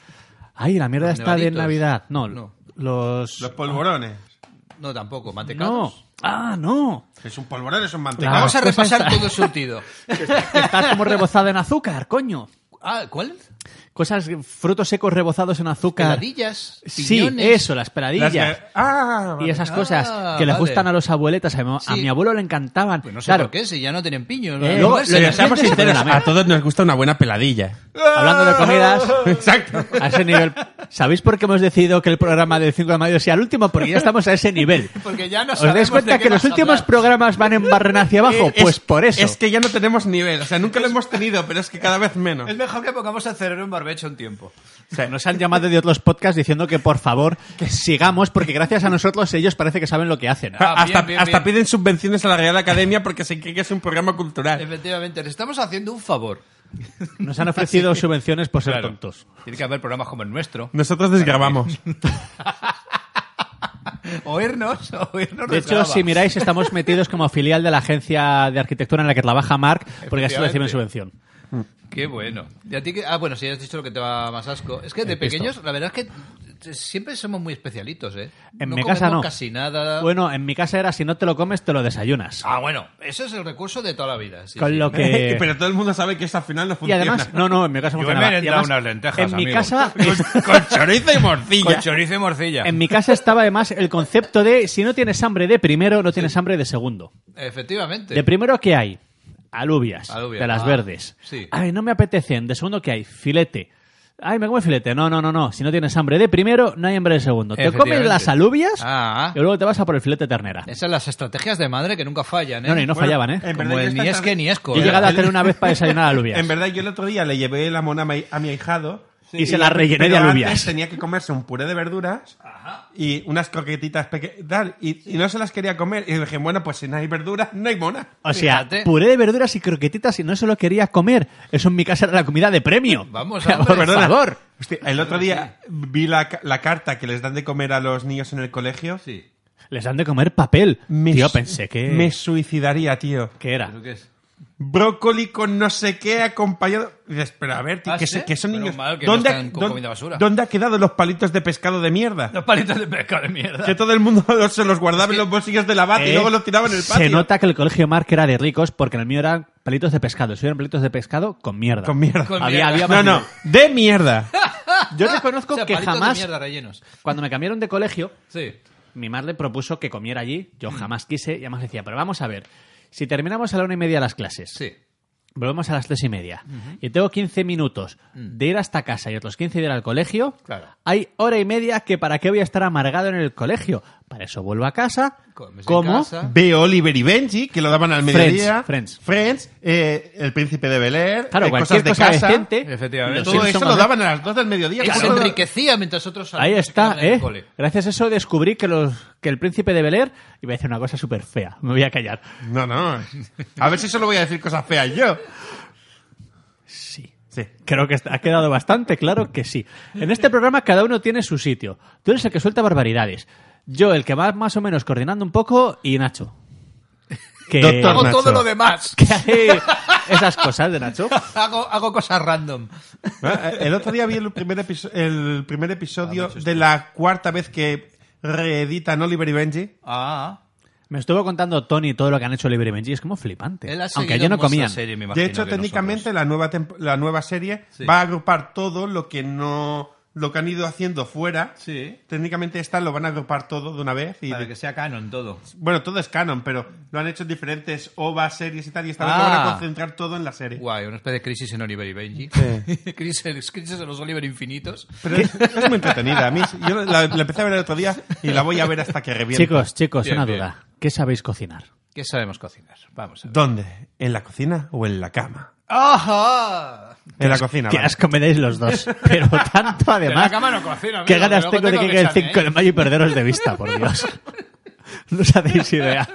S1: Ay, la mierda
S4: Los
S1: está de
S4: nevaditos.
S1: Navidad. No,
S4: No.
S1: los.
S3: Los polvorones.
S4: No, tampoco,
S1: No.
S4: mantecados.
S1: Ah, no.
S3: Es un polvorón, es un mantecado.
S4: Vamos a
S1: Pues
S4: repasar
S1: está.
S4: todo el surtido.
S1: Está como rebozada en azúcar, coño.
S4: Ah, ¿cuál?
S1: cosas, frutos secos rebozados en azúcar.
S4: Peladillas,
S1: Sí,
S4: piñones.
S1: eso, las peladillas.
S3: Las de- Ah,
S1: y
S3: vale.
S1: esas
S4: Ah,
S1: cosas que le
S4: vale.
S1: gustan a los abueletas. A mi, a
S4: Sí.
S1: mi abuelo le encantaban.
S4: Pues no sé
S1: claro,
S4: por qué, si ya no tienen piños.
S1: Eh,
S4: ¿no?
S1: luego,
S4: Pues,
S1: lo
S4: eh,
S1: de-
S3: Pero seamos
S1: Gente,
S3: sinceros,
S1: perdóname.
S3: a todos nos gusta una buena peladilla.
S1: hablando de comidas,
S3: Exacto.
S1: a ese nivel. ¿Sabéis por qué hemos decidido que el programa del 5 de mayo sea el último? Porque ya estamos a ese nivel.
S4: Porque ya no
S1: ¿Os
S4: sabemos
S1: dais cuenta
S4: de qué
S1: que los
S4: vas a
S1: últimos
S4: hablar.
S1: programas van en barren hacia abajo?
S3: Eh, Es-
S1: pues por eso.
S3: Es que ya no tenemos nivel. O sea, nunca lo hemos tenido, pero es que cada vez menos.
S4: Es mejor que pongamos el cerebro en barbecho un tiempo.
S1: Nos han llamado de otros podcasts diciendo que por favor que sigamos porque gracias a nosotros ellos parece que saben lo que hacen.
S4: Ah, bien,
S3: hasta,
S4: bien,
S3: hasta
S4: bien.
S3: piden subvenciones a la Real Academia porque se cree que es un programa cultural.
S4: Efectivamente, le estamos haciendo un favor.
S1: Nos han ofrecido subvenciones por ser tontos.
S4: Tiene que haber programas como el nuestro.
S3: Nosotros desgrabamos.
S4: Oírnos, oírnos.
S1: De
S4: nos
S1: hecho,
S4: graba.
S1: si miráis, estamos metidos como filial de la agencia de arquitectura en la que trabaja Mark, porque así reciben subvención.
S4: Qué bueno. ¿Y a ti qué? Ah, bueno, si has dicho lo que te va más asco. Es que de
S1: El pisto.
S4: pequeños, la verdad es que siempre somos muy especialitos, ¿eh?
S1: En
S4: no
S1: mi casa
S4: comemos
S1: no.
S4: casi nada.
S1: Bueno, en mi casa era si no te lo comes, te lo desayunas.
S4: Ah, bueno, eso es el recurso de toda la vida. sí,
S1: Con
S4: sí.
S1: lo que...
S3: Pero todo el mundo sabe que eso al final no
S1: Y
S3: funciona.
S1: además, no, no, en mi casa
S4: Yo
S1: funcionaba.
S4: me he
S1: Y además,
S4: unas lentejas,
S1: En mi
S4: amigo.
S1: casa...
S3: Con chorizo y morcilla.
S4: Con chorizo y morcilla.
S1: En mi casa estaba además el concepto de si no tienes hambre de primero, no tienes hambre de segundo.
S4: Efectivamente.
S1: De primero, ¿qué hay? Alubias,
S4: Este. Alubias,
S1: de las
S4: ah,
S1: verdes.
S4: sí.
S1: Ay, no me apetecen. De segundo, ¿qué hay? Filete. Ay, me come filete. No, no, no, no. Si no tienes hambre de primero, no hay hambre de segundo. Te comes
S4: Efectivamente.
S1: las alubias
S4: Ah.
S1: y luego te vas a por el filete de ternera.
S4: Esas son las estrategias de madre que nunca fallan, ¿eh?
S1: No, no, y no fallaban, ¿eh?
S3: en verdad,
S4: Como
S3: yo
S4: el
S3: esta
S4: ni es
S3: tarde-
S4: que ni esco.
S1: Yo he
S4: ¿eh?
S1: llegado a hacer una vez para desayunar alubias.
S3: En verdad, yo el otro día le llevé la mona a mi, a mi ahijado.
S1: Y se la rellené
S3: pero
S1: de alubias.
S3: antes tenía que comerse un puré de verduras y unas croquetitas pequeñas. Y, y no se las quería comer. Y dije, bueno, pues si no hay verduras, no hay mona.
S1: O sea,
S4: Fíjate.
S1: puré de verduras y croquetitas y no se lo quería comer. Eso en mi casa era la comida de premio.
S4: Vamos,
S1: Por
S4: hombre,
S1: favor.
S3: Hostia, el otro día vi la, ca- la carta que les dan de comer a los niños en el colegio.
S4: Sí.
S1: Les dan de comer papel.
S3: Me
S1: Tío,
S3: su-
S1: pensé que...
S3: Me suicidaría, tío.
S1: ¿Qué era?
S4: ¿Eso qué es?
S3: Brócoli con no sé qué acompañado. Y dices, pero a ver, tío,
S4: ¿Ah,
S3: que,
S4: sí?
S3: se- que son
S4: Menos
S3: niños.
S4: mal que no
S3: ¿Dónde,
S4: están con
S3: dónde-
S4: comida basura.
S3: dónde ha quedado los palitos de pescado de mierda?
S4: Los palitos de pescado de mierda.
S3: Que todo el mundo los- se los guardaba en los bolsillos de la bata y
S1: Eh,
S3: luego los tiraba en el patio.
S1: Se nota que el colegio Mark era de ricos porque en el mío eran palitos de pescado. Si eran palitos de pescado con mierda.
S3: Con mierda.
S4: Con
S1: Había-
S4: mierda.
S1: había
S3: no,
S1: más
S3: no,
S1: nivel.
S3: de mierda.
S1: Yo reconozco
S4: O sea,
S1: que
S4: palitos
S1: jamás,
S4: de mierda rellenos.
S1: cuando me cambiaron de colegio,
S4: Sí.
S1: mi madre le propuso que comiera allí. Yo jamás quise y además decía, pero vamos a ver, si terminamos a la una y media las clases,
S4: Sí.
S1: volvemos a las tres y media, y tengo 15 minutos de ir hasta casa y otros 15 de ir al colegio,
S4: Mm. Claro.
S1: hay hora y media que para qué voy a estar amargado en el colegio. Para eso vuelvo a casa,
S4: Comes en
S1: como...
S4: casa.
S3: Ve Oliver y Benji, que lo daban al
S1: Friends,
S3: mediodía.
S1: Friends.
S3: eh, El Príncipe de Bel Air.
S1: Claro,
S3: eh, cosas
S1: cualquier
S3: de
S1: cosa
S3: casa.
S1: decente.
S4: Efectivamente.
S1: los
S3: Todo
S1: Simpson
S3: eso lo
S1: cuando-
S3: daban a las 2 del mediodía.
S4: Él se
S3: Claro.
S4: enriquecía mientras otros
S1: Ahí
S4: alumnos
S1: está,
S4: quedaban en el
S1: ¿eh?
S4: cole.
S1: Gracias a eso descubrí que, los, que el príncipe de Bel Air iba a decir una cosa súper fea. Me voy a callar.
S3: No, no. A ver si solo voy a decir cosas feas yo.
S1: Sí.
S3: Sí.
S1: Creo que ha quedado bastante claro que sí. En este programa cada uno tiene su sitio. Tú eres el que suelta barbaridades. Yo, el que va más o menos coordinando un poco, y Nacho. Que,
S3: Doctor
S4: Hago
S3: Nacho.
S4: todo lo demás.
S1: que hace esas cosas de Nacho.
S4: hago, hago cosas random.
S3: Ah, El otro día vi el primer, episo- el primer
S4: Ah,
S3: episodio de la cuarta vez que reeditan Oliver y Benji.
S4: Ah,
S1: Me estuvo contando Tony todo lo que han hecho Libre Benji. Es como flipante.
S4: él ha
S1: Aunque
S4: seguido
S1: yo no
S4: nuestra
S1: comían.
S4: serie, me
S3: De
S4: imagino
S3: hecho,
S4: que
S3: técnicamente
S4: nosotros.
S3: la nueva, temp- la nueva serie
S4: Sí.
S3: va a agrupar todo lo que no lo que han ido haciendo fuera.
S4: Sí.
S3: Técnicamente esta lo van a agrupar todo de una vez. Y
S4: Para
S3: de-
S4: que sea canon todo.
S3: Bueno, todo es canon, pero lo han hecho en diferentes OVAs, series y tal, y esta vez lo
S4: Ah.
S3: van a concentrar todo en la serie.
S4: Guay, una especie de crisis en Oliver y Benji. crisis, crisis en los Oliver infinitos.
S3: Pero es, es muy entretenida. A mí, es- yo la, la empecé a ver el otro día y la voy a ver hasta que reviente.
S1: Chicos, chicos,
S4: Bien,
S1: una
S4: bien.
S1: duda. ¿Qué sabéis cocinar?
S4: ¿Qué sabemos cocinar? Vamos a ver.
S3: ¿Dónde? ¿En la cocina o en la cama?
S4: ¡Ajá!
S3: En la cocina.
S1: Que
S3: vale.
S1: asco me dais los dos. Pero tanto además.
S4: la cama no cocino, amigo,
S1: Qué ganas
S4: que luego
S1: tengo de que
S4: tengo que
S1: llegue el
S4: echarme,
S1: 5
S4: ¿eh?
S1: de mayo y perderos de vista, por Dios. No os hacéis idea.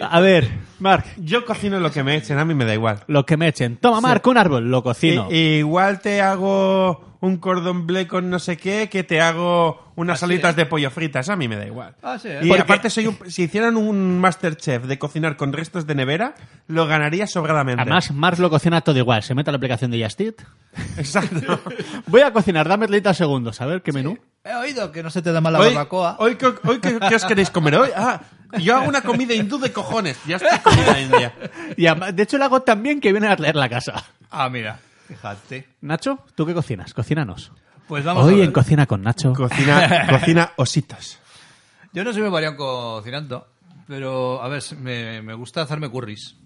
S1: A ver, Mark,
S3: Yo cocino lo que me echen, a mí me da igual.
S1: lo que me echen. Toma, Mark, un árbol, lo cocino.
S3: I- igual te hago un cordón bleu con no sé qué que te hago unas alitas de pollo fritas, a mí me da igual.
S4: Ah, sí, ¿eh?
S3: Y
S4: Porque-
S3: aparte, soy un- si hicieran un Masterchef de cocinar con restos de nevera, lo ganaría sobradamente.
S1: Además, Mark lo cocina todo igual. Se mete a la aplicación de Just Eat.
S3: Exacto.
S1: Voy a cocinar, dame 30 segundos. A ver qué menú.
S4: He oído que no se te da mal la
S3: hoy,
S4: barbacoa.
S3: hoy co- hoy ¿qué, qué os queréis comer hoy? Ah, yo hago una comida hindú de cojones. Ya estoy comida india.
S1: Y además- de hecho, lo hago tan bien que vienen a traer la casa.
S4: Ah, mira. Fíjate.
S1: Nacho, ¿tú qué cocinas? Cocínanos.
S4: Pues vamos a
S1: Hoy
S4: ver.
S1: en Cocina con Nacho.
S3: Cocina, cocina ositos.
S4: Yo no soy muy variado cocinando, pero a ver, me, me gusta hacerme curries,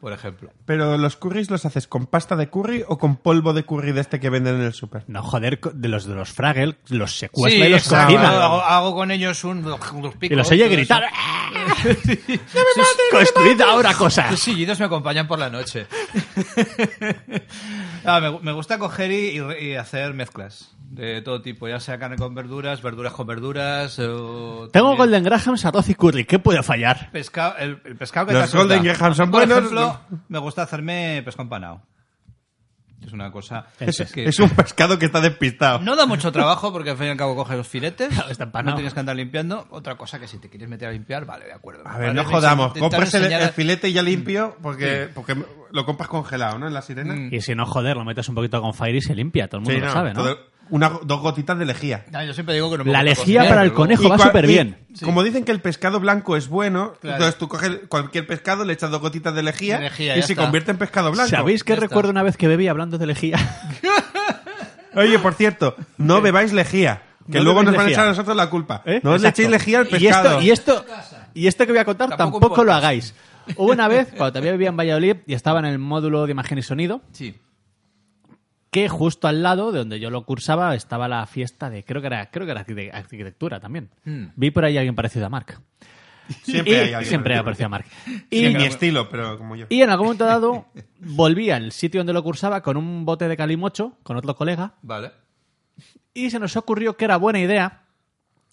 S4: por ejemplo.
S3: Pero los curries los haces con pasta de curry o con polvo de curry de este que venden en el súper.
S1: No, joder, co- de los de los Fraggle, los secuestra y Pues los
S4: exacto.
S1: cocina.
S4: Hago, hago con ellos un, unos picos.
S1: Y los oye
S4: todo
S1: gritar.
S4: eso.
S1: Construid ahora
S4: Los
S1: cosas.
S4: sillidos me acompañan por la noche. Ah, me, gu- me gusta coger y, y re- y hacer mezclas de todo tipo, ya sea carne con verduras, verduras con verduras. o
S1: Tengo
S4: también
S1: Golden Grahams, arroz y curry. ¿Qué puede fallar?
S4: pescado- el, el pescado que
S3: Los
S4: te asusta.
S3: Golden Graham son
S4: Por
S3: buenos.
S4: ejemplo, me gusta hacerme pescado empanado. Es una cosa
S3: Es,
S4: que-
S3: es un pescado que está despistado.
S4: No da mucho trabajo porque al fin y al cabo coges los filetes.
S1: Claro, está empanado.
S4: no tienes que andar limpiando. Otra cosa que si te quieres meter a limpiar, vale, de acuerdo.
S3: A ver,
S4: Vale,
S3: no
S4: Richard,
S3: jodamos.
S4: intentar
S3: Compras el,
S4: enseñar a-
S3: el filete ya limpio porque, porque lo compras congelado, ¿no? En la sirena.
S4: Mm.
S1: Y si no, joder, lo metes un poquito con fire y se limpia. Todo el mundo
S3: Sí,
S1: lo
S3: no,
S1: sabe, ¿no?
S3: todo- una- dos gotitas de lejía.
S4: Ah, yo siempre digo que no me
S1: La
S4: gusta
S1: lejía
S4: cocinar,
S1: para el
S4: pero luego-
S1: conejo va
S3: cua-
S1: súper bien.
S3: y Como dicen que el pescado blanco es bueno,
S4: Claro.
S3: entonces tú coges cualquier pescado, le echas dos gotitas de lejía,
S4: De lejía,
S3: y
S4: ya
S3: se
S4: está.
S3: convierte en pescado blanco.
S1: ¿Sabéis qué
S4: Ya está.
S1: recuerdo una vez que bebí hablando de lejía?
S3: Oye, por cierto, no bebáis lejía, que
S1: No
S3: luego
S1: bebáis
S3: nos van a
S1: lejía.
S3: echar a nosotros la culpa.
S1: ¿Eh?
S3: No os le
S1: Exacto.
S3: echéis lejía al
S1: Y esto,
S3: pescado.
S1: y esto, y esto que voy a contar
S4: Tampoco
S1: tampoco,
S4: importa.
S1: lo hagáis. Hubo una vez, cuando todavía vivía en Valladolid y estaba en el módulo de imagen y sonido,
S4: Sí.
S1: que justo al lado de donde yo lo cursaba estaba la fiesta de, creo que era, creo que era arquite- arquitectura también.
S4: Hmm.
S1: Vi por ahí a alguien parecido a Mark.
S3: Siempre
S1: Y-
S3: hay alguien
S1: siempre
S3: que-
S1: aparecía Mark.
S3: Sí,
S1: Y,
S3: mi estilo, pero como yo.
S1: y en algún momento dado volví al sitio donde lo cursaba con un bote de calimocho, con otro colega,
S4: Vale.
S1: y se nos ocurrió que era buena idea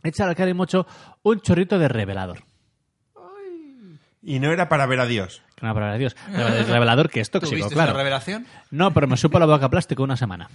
S1: echar al calimocho un chorrito de revelador.
S3: Y no era para ver a Dios.
S1: Que no, palabra de Dios. El revelador que es tóxico,
S4: ¿Tuviste
S1: claro.
S4: una revelación?
S1: No, pero me supo la boca plástico una semana.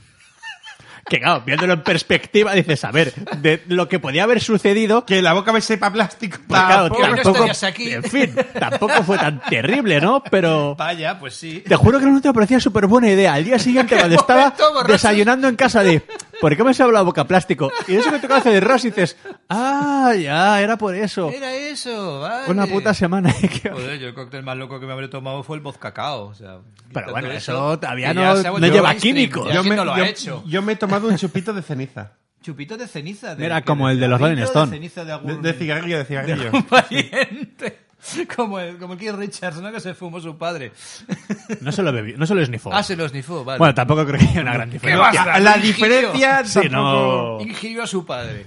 S1: Que claro, viéndolo en perspectiva, dices, a ver, de lo que podía haber sucedido.
S3: Que la boca me sepa plástico.
S1: pues, claro,
S3: Tampoco.
S4: no
S1: tampoco,
S4: estarías aquí.
S1: En fin, tampoco fue tan terrible, ¿no? Pero
S4: Vaya, pues sí.
S1: te juro que no te parecía súper buena idea. Al día siguiente, cuando estaba
S4: momento borroso.
S1: desayunando en casa de, ¿por qué me se la boca plástico? Y eso que tocaba hacer de Ross y dices, ah, ya, era por eso.
S4: Era eso, vale.
S1: Una puta semana. eh, que-
S4: Joder, yo el cóctel más loco que me habré tomado fue el voz cacao. o sea,
S1: Pero
S4: tanto
S1: bueno, eso todavía
S4: que ya
S1: no-
S4: se ha
S1: no
S4: vuelto
S1: lleva
S4: mainstream,
S1: químicos.
S4: ya
S1: Yo
S4: ¿quién no lo ha
S3: yo-
S4: hecho.
S3: yo me he tomado un chupito de ceniza.
S4: Chupito de ceniza.
S1: Era como el de los Rolling Stone.
S4: De ceniza de
S3: De,
S4: algún-
S3: de cigarrillo, de cigarrillo.
S4: pariente. Como el, como el Keith Richards, ¿no? Que se fumó su padre.
S1: No se lo bebió, no se lo snifó.
S4: Ah, se lo snifó, vale.
S1: Oh. Bueno, tampoco creo que haya una gran diferencia.
S4: vas a-
S3: la diferencia
S1: Sí, no.
S4: Ingirió a su padre.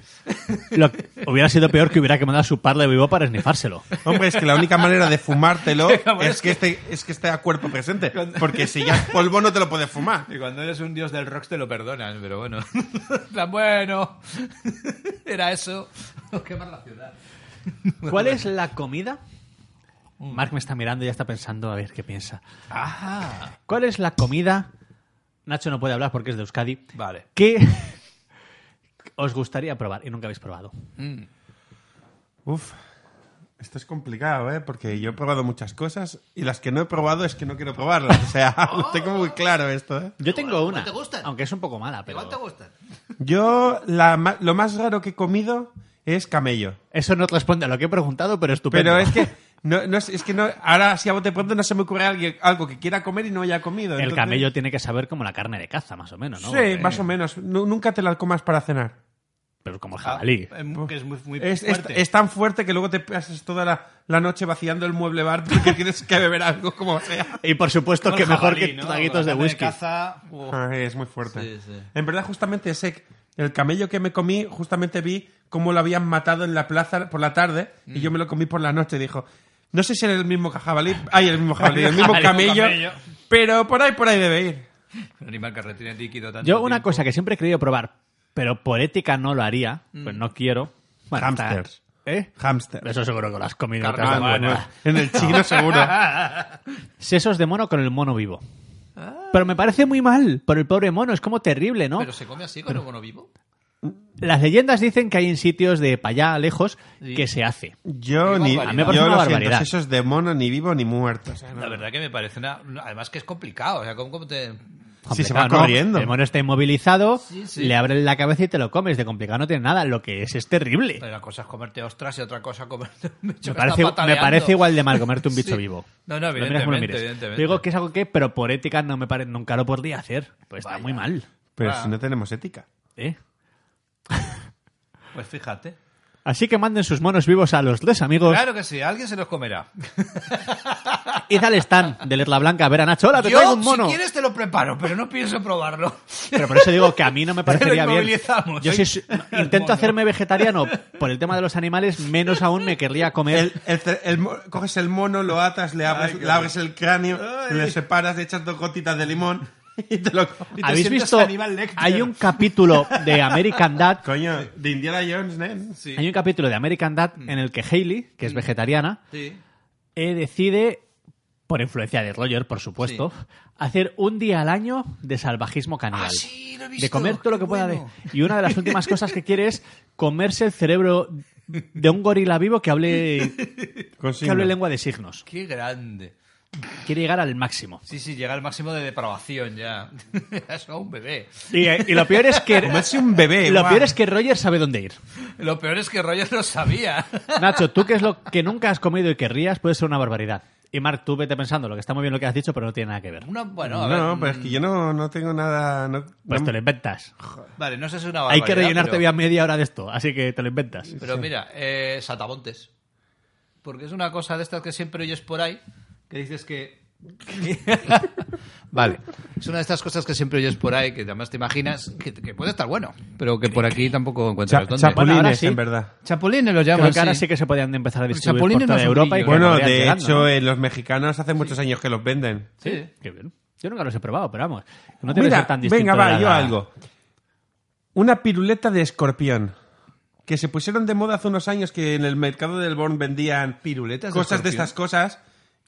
S1: Lo- hubiera sido peor que hubiera quemado a su par de vivo para esnifárselo.
S3: Hombre, es que la única manera de fumártelo
S4: Bueno,
S3: es
S4: es
S3: que, esté, es que esté a cuerpo presente. Porque si ya es polvo no te lo puedes fumar.
S4: Y cuando eres un dios del rock te lo perdonan, pero bueno. Tan bueno. Era eso. O Quemar la ciudad.
S1: ¿Cuál es la comida? Mark me está mirando y ya está pensando a ver qué piensa.
S4: Ajá.
S1: ¿Cuál es la comida? Nacho no puede hablar porque es de Euskadi.
S4: Vale.
S1: ¿Qué os gustaría probar y nunca habéis probado?
S3: Uf, esto es complicado, ¿eh? Porque yo he probado muchas cosas y las que no he probado es que no quiero probarlas. O sea, lo tengo muy claro esto, ¿eh?
S1: Yo tengo
S4: igual
S1: una,
S4: te gustan.
S1: aunque es un poco mala, pero
S4: Igual te gustan.
S3: Yo la ma- lo más raro que he comido es camello.
S1: eso no responde a lo que he preguntado, pero estupendo.
S3: Pero es que... No, no, es es que no, ahora si a bote pronto no se me ocurre alguien, algo que quiera comer y no haya comido.
S1: el
S3: entonces-
S1: camello tiene que saber como la carne de caza, más o menos, ¿no? Eh,
S3: Sí, más o menos. Nu- nunca te la comas para cenar.
S1: Pero como el jabalí.
S4: Ah, es muy- que es muy, muy
S3: Es, es-
S4: fuerte.
S3: es tan fuerte que luego te pasas toda la, la noche vaciando el mueble bar porque tienes que beber algo como sea.
S1: Y por supuesto
S4: Con
S1: que mejor
S4: jabalí,
S1: que
S4: ¿no?
S1: traguitos de
S4: Con la
S1: whisky.
S4: carne caza, uf.
S3: Ah, es muy fuerte.
S4: Sí, sí.
S3: En verdad, justamente ese, el camello que me comí, justamente vi cómo lo habían matado en la plaza por la tarde
S1: Mm.
S3: y yo me lo comí por la noche. Dijo, no sé si era el mismo jabalí, ay, el mismo jabalí, el mismo camello,
S4: Camello.
S3: pero por ahí, por ahí debe ir.
S4: Un animal que retiene líquido tanto
S1: Yo una
S4: tiempo.
S1: cosa que siempre he querido probar, pero por ética no lo haría,
S4: Mm.
S1: pues no quiero. Bueno, está-
S3: Hamsters.
S1: ¿Eh?
S3: Hámster.
S1: Eso seguro que lo has comido.
S4: Carne
S1: otras
S4: humana.
S1: veces.
S3: En el chino seguro.
S1: Sesos de mono con el mono vivo. Pero me parece muy mal por el pobre mono, es como terrible, ¿no?
S4: ¿Pero se come así con el mono vivo?
S1: Las leyendas dicen que hay en sitios de para allá lejos
S4: Sí.
S1: que se hace.
S3: Yo
S4: Qué
S3: ni
S4: barbaridad.
S1: A mí me parece
S3: yo
S1: una
S3: lo siento,
S1: barbaridad.
S3: esos de mono ni vivo ni muerto. O sea, no-
S4: La verdad que me parece una... una- Además que es complicado. O sea, ¿cómo, cómo te...
S3: Sí, se va
S1: complicado, ¿no?
S3: corriendo.
S1: El mono está inmovilizado,
S4: Sí, sí.
S1: le abres la cabeza y te lo comes. De complicado no tiene nada. Lo que es es terrible.
S4: Pero una cosa es comerte ostras y otra cosa es comerte un
S1: Me
S4: bicho que está
S1: parece, me
S4: pataleando.
S1: parece igual de mal comerte un bicho
S4: Sí.
S1: vivo.
S4: No, no,
S1: Lo mires como lo
S4: evidentemente,
S1: mires.
S4: evidentemente.
S1: Digo que es algo que, pero por ética, no me pare- nunca lo podría hacer. Pues está
S4: Vaya.
S1: muy mal.
S3: Pero
S4: Ah.
S3: si no tenemos ética.
S1: ¿eh?
S4: Pues fíjate.
S1: Así que manden sus monos vivos a los tres amigos.
S4: Claro que sí, alguien se los comerá.
S1: Id al stand de Lerla Blanca a ver a Nacho. ¡Hola, te
S4: Yo,
S1: traigo un mono!
S4: si quieres, te lo preparo, pero no pienso probarlo.
S1: Pero por eso digo que a mí no me parecería bien.
S4: inmovilizamos.
S1: Yo
S4: Ay,
S1: sí-
S4: el
S1: intento
S4: ¿eh? mono.
S1: hacerme vegetariano por el tema de los animales, menos aún me querría comer.
S3: El- el ce- el mo- coges el mono, lo atas, le abres, le abres el cráneo, le separas, le echas dos gotitas de limón y te lo comes.
S1: ¿Habéis
S4: sientes
S1: visto?
S4: Hannibal Lecter.
S1: Hay un capítulo de American Dad
S3: Coño, de Indiana Jones, nen.
S4: Sí. Mm.
S1: Hay un capítulo de American Dad en el que Hayley, que es vegetariana,
S4: Sí.
S1: eh, decide, por influencia de Roger, por supuesto, hacer un día al año de salvajismo caníbal.
S4: Ah, sí, lo he visto,
S1: De comer todo lo
S4: qué
S1: que pueda. de-
S4: bueno.
S1: Y una de las últimas cosas que quiere es comerse el cerebro de un gorila vivo que hable,
S3: Con
S1: que hable
S3: signo.
S1: lengua de signos.
S4: Qué grande.
S1: Quiere llegar al máximo.
S4: Sí, sí, llega al máximo de depravación ya. es un bebé.
S1: Y, eh, y lo peor es que...
S3: Comerse un bebé,
S1: Lo
S3: guau.
S1: peor es que Roger sabe dónde ir.
S4: Lo peor es que Roger lo sabía.
S1: Nacho, tú que es lo que nunca has comido y querrías puede ser una barbaridad. Y Mark, tú vete pensando, lo que está muy bien lo que has dicho, pero no tiene nada que ver.
S4: Una, bueno, a
S3: No,
S4: ver, mm,
S3: no, pero es que yo no, no tengo nada. No,
S1: Pues
S3: no-
S1: te lo inventas.
S4: Vale, no sé si es una
S1: Hay que
S4: barbaridad,
S1: rellenarte
S4: pero-
S1: bien media hora de esto, así que te lo inventas.
S4: Pero mira, eh, Satamontes. Porque es una cosa de estas que siempre oyes por ahí, que dices que... vale. Es una de estas cosas que siempre oyes por ahí, que además te imaginas que, que puede estar bueno, pero
S1: Eh,
S4: que por aquí tampoco
S3: Cha-
S4: encuentras dónde.
S3: chapulines,
S1: ahora sí.
S3: en verdad.
S4: Chapulines lo
S1: Creo
S4: llaman,
S1: que ahora
S4: sí.
S1: sí que se podían empezar a distribuir
S4: chapulín
S1: por
S4: es
S1: toda
S4: más
S1: Europa. Y
S4: brillo.
S1: que
S3: Bueno,
S1: acabarían
S3: de
S1: llegando,
S3: hecho,
S1: ¿no?
S3: eh, los mexicanos hace muchos años que los venden.
S4: Sí.
S1: Qué bien. Yo nunca los he probado, pero vamos. No debe
S3: Mira,
S1: ser tan distinto
S3: venga,
S1: de
S3: va,
S1: la-
S3: yo algo. Una piruleta de escorpión. Que se pusieron de moda hace unos años que en el mercado del Born vendían
S4: Piruletas de
S3: cosas de,
S4: escorpión.
S3: estas cosas.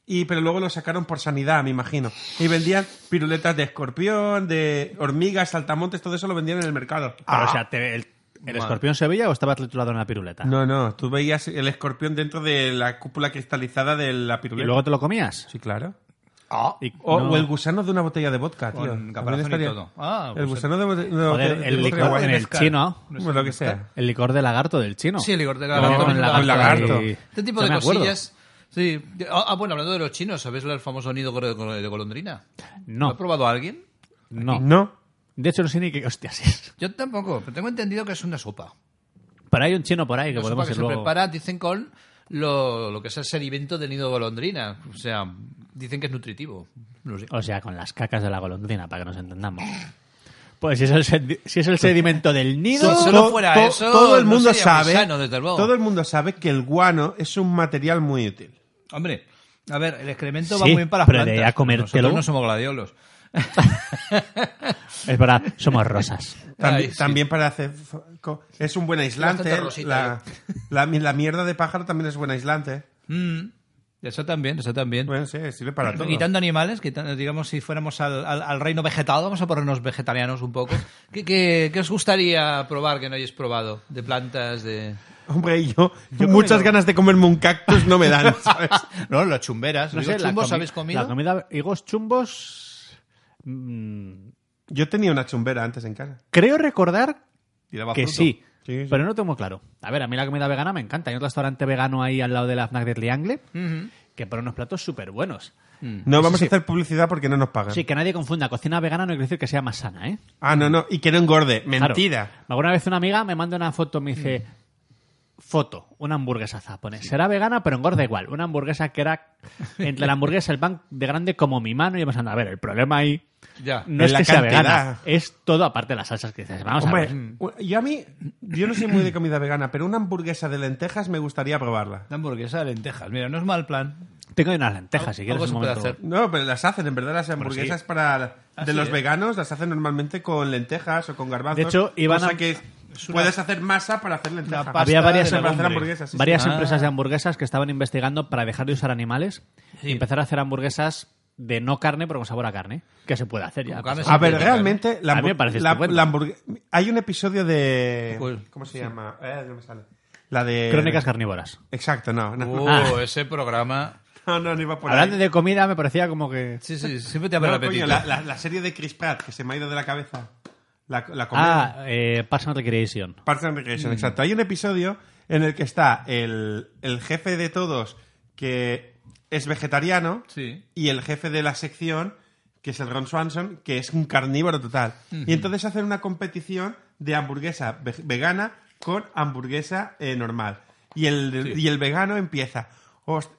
S3: Y, pero luego lo sacaron por sanidad, me imagino. Y vendían piruletas de escorpión, de hormigas, saltamontes, todo eso lo vendían en el mercado.
S1: Pero, o sea, te- el, el escorpión se veía o estaba titulado en la piruleta?
S3: Ah. No, no, tú veías el escorpión dentro de la cúpula cristalizada de la
S1: ¿Y
S3: piruleta.
S1: luego te lo comías?
S3: Sí, claro.
S4: Ah,
S1: Y-
S3: O,
S1: no.
S3: o el gusano de una botella de vodka, tío. También
S4: Con caparazón y todo. Ah,
S3: el
S4: pues
S3: gusano de bote- una
S1: Joder,
S3: botella de
S1: el
S3: vodka.
S1: licor en el
S4: pescar.
S1: chino.
S3: Ah, Bueno, lo que sea.
S1: El licor de lagarto del chino.
S4: Sí, el Igor de
S1: Con
S4: Lagarto.
S3: lagarto. lagarto.
S1: y-
S4: Este tipo
S1: Ya
S4: de
S1: me acuerdo.
S4: cosillas. Sí. Ah, ah, bueno, hablando de los chinos, ¿sabéis el famoso nido de col- de golondrina? ¿Lo
S1: No,
S4: ha probado alguien?
S1: no.
S3: No.
S1: De hecho, no sé ni qué hostias es.
S4: Yo tampoco, pero tengo entendido que es una sopa.
S1: Pero hay un chino por ahí que
S4: Una sopa
S1: podemos
S4: que
S1: ir
S4: se
S1: luego.
S4: prepara, dicen, con lo, lo que es el sedimento del nido de golondrina. O sea, dicen que es nutritivo. No sé.
S1: O sea, con las cacas de la golondrina, para que nos entendamos. Pues si es el, sedi- si es el sedimento del nido.
S4: Si solo fuera
S3: to-
S4: eso,
S3: todo el
S4: no
S3: mundo
S4: sería muy
S3: sabe.
S4: sano, desde luego.
S3: Todo el mundo sabe que el guano es un material muy útil.
S4: Hombre, a ver, el excremento va
S1: Sí,
S4: muy bien para las
S1: pero de
S4: plantas.
S1: ahí a comértelo.
S4: Nosotros no somos gladiolos.
S1: Es verdad, somos rosas.
S3: Tambi-
S4: Ay, sí.
S3: También para hacer. f- co- Es un buen aislante.
S4: Bastante rosita, ¿eh?
S3: La, la, mi- la mierda de pájaro también es buen aislante.
S4: Mm, eso también, eso también.
S3: Bueno, sí, sirve para todo.
S4: Quitando animales, quitando, digamos, si fuéramos al, al- al reino vegetal, vamos a ponernos vegetarianos un poco. ¿Qué, qué, qué os gustaría probar que no hayáis probado? De plantas, de...
S3: Hombre, y yo, yo muchas ganas de comerme un cactus no me dan, ¿sabes?
S4: No, las chumberas. Digo, ¿Chumbos
S1: comi-
S4: habéis comido?
S1: La comida, higos chumbos. mm,
S3: Yo tenía una chumbera antes en casa.
S1: creo recordar
S4: Y daba
S1: que
S4: fruto.
S1: sí,
S3: Sí, sí.
S1: pero no tengo claro. A ver, a mí la comida vegana me encanta. Hay un restaurante vegano ahí al lado de la FNAC de Triangle
S4: Ujú. Mm.
S1: que pone unos platos súper buenos.
S3: No vamos a hacer publicidad porque no nos pagan.
S1: Sí, que nadie confunda. Cocina vegana no quiere decir que sea más sana, ¿eh?
S3: Ah, no, no. Y que no engorde.
S1: Claro.
S3: Mentira.
S1: Alguna vez una amiga me manda una foto, me dice, foto, una hamburguesaza. Pone, será vegana, pero engorda igual. Una hamburguesa que era entre la hamburguesa el pan de grande como mi mano y vamos a ver, el problema ahí
S4: Ya.
S1: no
S3: Es
S1: es
S3: la
S1: que sea
S3: cantidad.
S1: vegana, es todo aparte de las salsas que dices. Vamos a
S3: Hombre,
S1: ver.
S3: u- yo a mí, yo no soy muy de comida vegana, pero una hamburguesa de lentejas me gustaría probarla.
S4: Una hamburguesa de lentejas. Mira, no es mal plan.
S1: Tengo unas lentejas, si quieres
S4: Algo
S1: un
S4: se puede
S1: momento.
S4: hacer.
S3: No, pero las hacen, en verdad, las hamburguesas para de
S4: Así
S3: los
S4: es.
S3: veganos las hacen normalmente con lentejas o con garbanzos.
S1: De hecho, iban
S3: cosa
S1: a-
S3: que puedes hacer masa para hacer lentejas.
S4: Una pasta
S1: Había varias,
S4: de
S3: para hacer
S4: legumbre.
S3: hamburguesas. sí, sí.
S1: varias
S4: Ah.
S1: empresas de hamburguesas que estaban investigando para dejar de usar animales y
S4: Sí.
S1: empezar a hacer hamburguesas de no carne, pero con sabor a carne, que se puede hacer ya.
S4: Con carne
S1: pues,
S3: A
S4: sin
S3: ver,
S4: Sí,
S3: realmente la,
S1: A mí me
S3: hambu-
S1: parece
S3: la-
S1: estupendo.
S3: la hamburgue- hay un episodio de
S4: ¿Cuál?
S3: ¿cómo se llama? Eh, no me sale. La de.
S1: Crónicas carnívoras.
S3: Exacto, no. No,
S4: Oh,
S1: Ah.
S4: ese programa.
S3: no, no, no iba por
S1: Hablando
S3: ahí.
S1: de comida, me parecía como que.
S4: Sí, sí, siempre te
S3: No,
S4: abre el
S3: coño,
S4: apetito.
S3: la, la- la serie de Chris Pratt que se me ha ido de la cabeza. La, la comedia.
S1: Ah, eh, Parks and Recreation.
S3: Parks and Recreation, exacto. Hay un episodio en el que está el, el jefe de todos que es vegetariano
S4: Sí.
S3: y el jefe de la sección, que es el Ron Swanson, que es un carnívoro total. Y entonces hacen una competición de hamburguesa ve- vegana con hamburguesa eh, normal. Y el, y el vegano empieza "Host-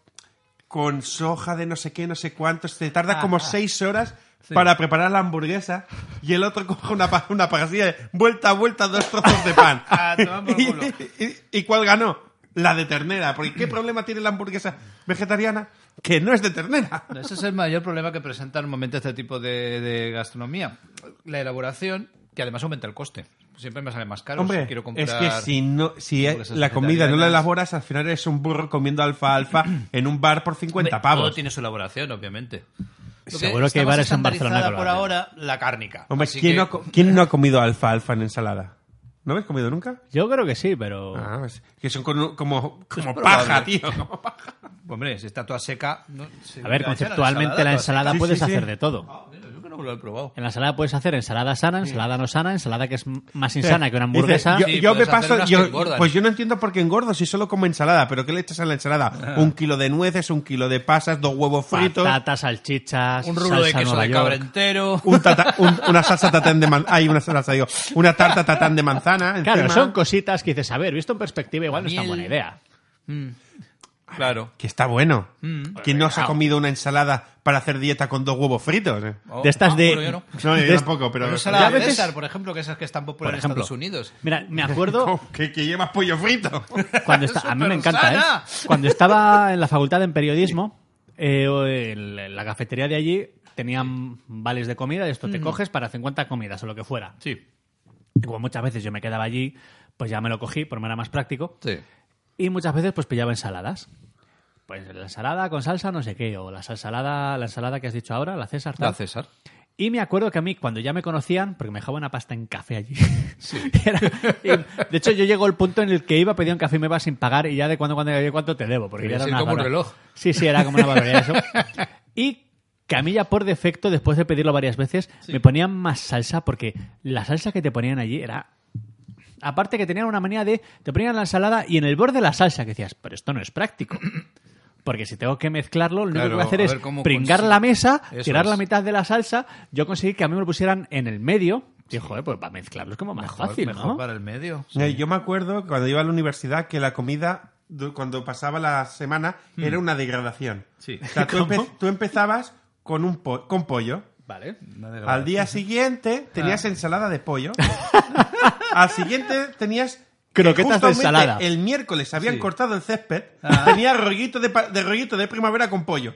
S3: con soja de no sé qué, no sé cuánto. Se tarda como seis horas para preparar la hamburguesa. Y el otro coge una, pa- una pajasilla de vuelta, vuelta, dos trozos de pan.
S4: Ah, toma por
S3: Y-
S4: culo.
S3: y, y cuál ganó? La de ternera. Porque ¿qué problema tiene la hamburguesa vegetariana? Que no es de ternera.
S4: Ese es el mayor problema que presenta normalmente este tipo de, de gastronomía. La elaboración, que además aumenta el coste. Siempre me sale más caro. si
S3: Hombre,
S4: quiero comprar...
S3: es que si, no, si
S4: hamburguesas
S3: la comida no la
S4: vegetarianas.
S3: elaboras, al final eres un burro comiendo alfalfa en un bar por 50
S4: Hombre, Todo
S3: pavos.
S4: tiene su elaboración, obviamente. Lo
S1: Seguro que
S4: está
S1: hay
S4: más
S1: bares en Barcelona
S4: estandarizada
S1: que lo
S4: por
S1: hacen.
S4: ahora, la cárnica.
S3: Hombre,
S4: Así
S3: ¿quién,
S4: que-
S3: no, ha co- quién no ha comido alfalfa en ensalada? ¿No habéis comido nunca?
S1: Yo creo que sí, pero.
S3: Ah, es- que son con un- como, como
S4: probable.
S3: paja, tío. como paja.
S4: Hombre, si está toda seca... no- se-
S1: A ver,
S4: ¿le hacen a
S1: conceptualmente la ensalada
S3: Sí,
S1: puedes
S3: sí, sí.
S1: hacer de todo.
S4: toda seca? Yo que no lo he probado.
S1: En la ensalada puedes hacer ensalada sana, ensalada no sana, ensalada que es m- más insana que una hamburguesa.
S3: Dice, yo,
S4: Sí,
S3: yo me
S4: puedes hacer
S3: paso.
S4: unas
S3: yo-
S4: que engordan.
S3: pues yo no entiendo por qué engordo si solo como ensalada. ¿Pero qué le echas a la ensalada?
S4: Ah.
S3: Un kilo de nueces, un kilo de pasas, dos huevos fritos,
S1: Patatas, salchichas,
S4: Un rulo de
S1: salsa
S4: queso
S1: Nueva
S4: de cabra
S1: York.
S4: entero...
S3: un tata- un- una salsa tatán de manzana. Ay, una salsa, digo. Una tarta tatán de manzana.
S1: Claro,
S3: encima.
S1: son cositas que dices, a ver, visto en perspectiva, igual no es tan
S4: Miel.
S1: buena idea.
S4: Claro. Mm.
S3: Que está bueno. ¿Quién no se ha comido una ensalada para hacer dieta con dos huevos fritos? eh?
S4: Oh,
S1: De estas
S4: ah,
S1: de-
S4: bueno, yo no.
S3: Este No, yo
S1: Des-
S3: tampoco, pero.
S4: Pero ensalada
S1: ya
S4: de
S1: veces-
S4: César, por ejemplo, que esas que están
S1: Por
S4: populares en
S1: ejemplo.
S4: Estados Unidos.
S1: Mira, me acuerdo
S3: Oh, que, que llevas pollo frito.
S1: cuando esta- a mí me encanta,
S4: Supersana.
S1: ¿eh? Cuando estaba en la facultad en periodismo, eh, o en la- en la cafetería de allí tenían vales de comida, de esto te coges para 50 comidas o lo que fuera.
S4: Sí.
S1: Y como muchas veces yo me quedaba allí, pues ya me lo cogí, por manera más práctico.
S4: Sí.
S1: Y muchas veces pues pillaba ensaladas. Pues la ensalada con salsa no sé qué, o la ensalada, la ensalada que has dicho ahora, la César. tal.
S4: La César.
S1: Y me acuerdo que a mí, cuando ya me conocían, porque me dejaba una pasta en café allí. Era- y, de hecho, yo llegó el punto en el que iba a pedir un café y me iba sin pagar y ya de cuando en cuando oye, cuánto te debo. Porque
S4: Quería
S1: ya era
S4: ser
S1: una
S4: como un
S1: barba-
S4: reloj.
S1: Sí, sí, era como una barbaridad eso. Y que a mí ya por defecto, después de pedirlo varias veces, me ponían más salsa porque la salsa que te ponían allí era... Aparte que tenían una manía de... Te ponían la ensalada y en el borde de la salsa que decías, pero esto no es práctico. Porque si tengo que mezclarlo, lo único que
S4: Claro,
S1: voy a hacer
S4: a
S1: es
S4: ver cómo
S1: pringar
S4: consigo.
S1: la mesa,
S4: Eso
S1: tirar la
S4: es.
S1: mitad de la salsa. Yo conseguí que a mí me lo pusieran en el medio. Y joder, pues para mezclarlo es como más fácil,
S4: mejor
S1: ¿no?
S4: para el medio.
S3: Eh, Yo me acuerdo cuando iba a la universidad que la comida, du- cuando pasaba la semana, era una degradación.
S4: Sí.
S3: O sea, tú, empe- tú empezabas con, un po- con pollo.
S1: Vale.
S3: Al día siguiente tenías ensalada de pollo. Al siguiente tenías
S1: Croquetas de
S3: justamente
S1: ensalada.
S3: El miércoles habían
S4: Sí.
S3: cortado el césped. Tenía rollito de, pa- de rollito de primavera con pollo.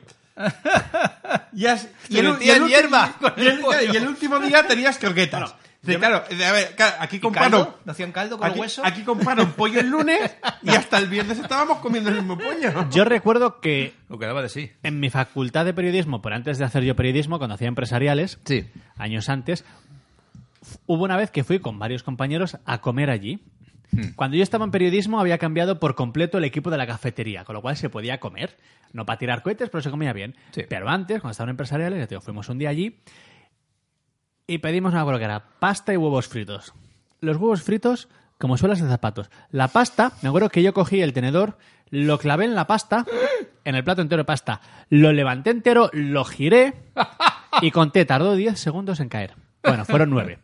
S3: Y, as- y el,
S4: metía
S3: y el
S4: en
S3: ulti-
S4: hierba con
S3: y
S4: el
S3: el-
S4: pollo.
S3: y el último día tenías croquetas. Sí, claro, eh, a ver, claro, aquí comparo.
S4: caldo? ¿No hacían caldo con
S3: aquí,
S4: hueso?
S3: Aquí compraron pollo el lunes y hasta el viernes estábamos comiendo el mismo pollo.
S1: Yo recuerdo que
S4: Lo que daba de sí.
S1: en mi facultad de periodismo, pero antes de hacer yo periodismo, cuando hacía empresariales,
S4: Sí.
S1: años antes, f- hubo una vez que fui con varios compañeros a comer allí.
S4: Hmm.
S1: Cuando yo estaba en periodismo había cambiado por completo el equipo de la cafetería, con lo cual se podía comer, no para tirar cohetes, pero se comía bien.
S4: Sí.
S1: Pero antes, cuando estaban empresariales, ya te digo, fuimos un día allí y pedimos una cosa que era pasta y huevos fritos. Los huevos fritos como suelas de zapatos. La pasta, me acuerdo que yo cogí el tenedor, lo clavé en la pasta, en el plato entero de pasta, lo levanté entero, lo giré y conté, tardó 10 segundos en caer. Bueno, fueron 9.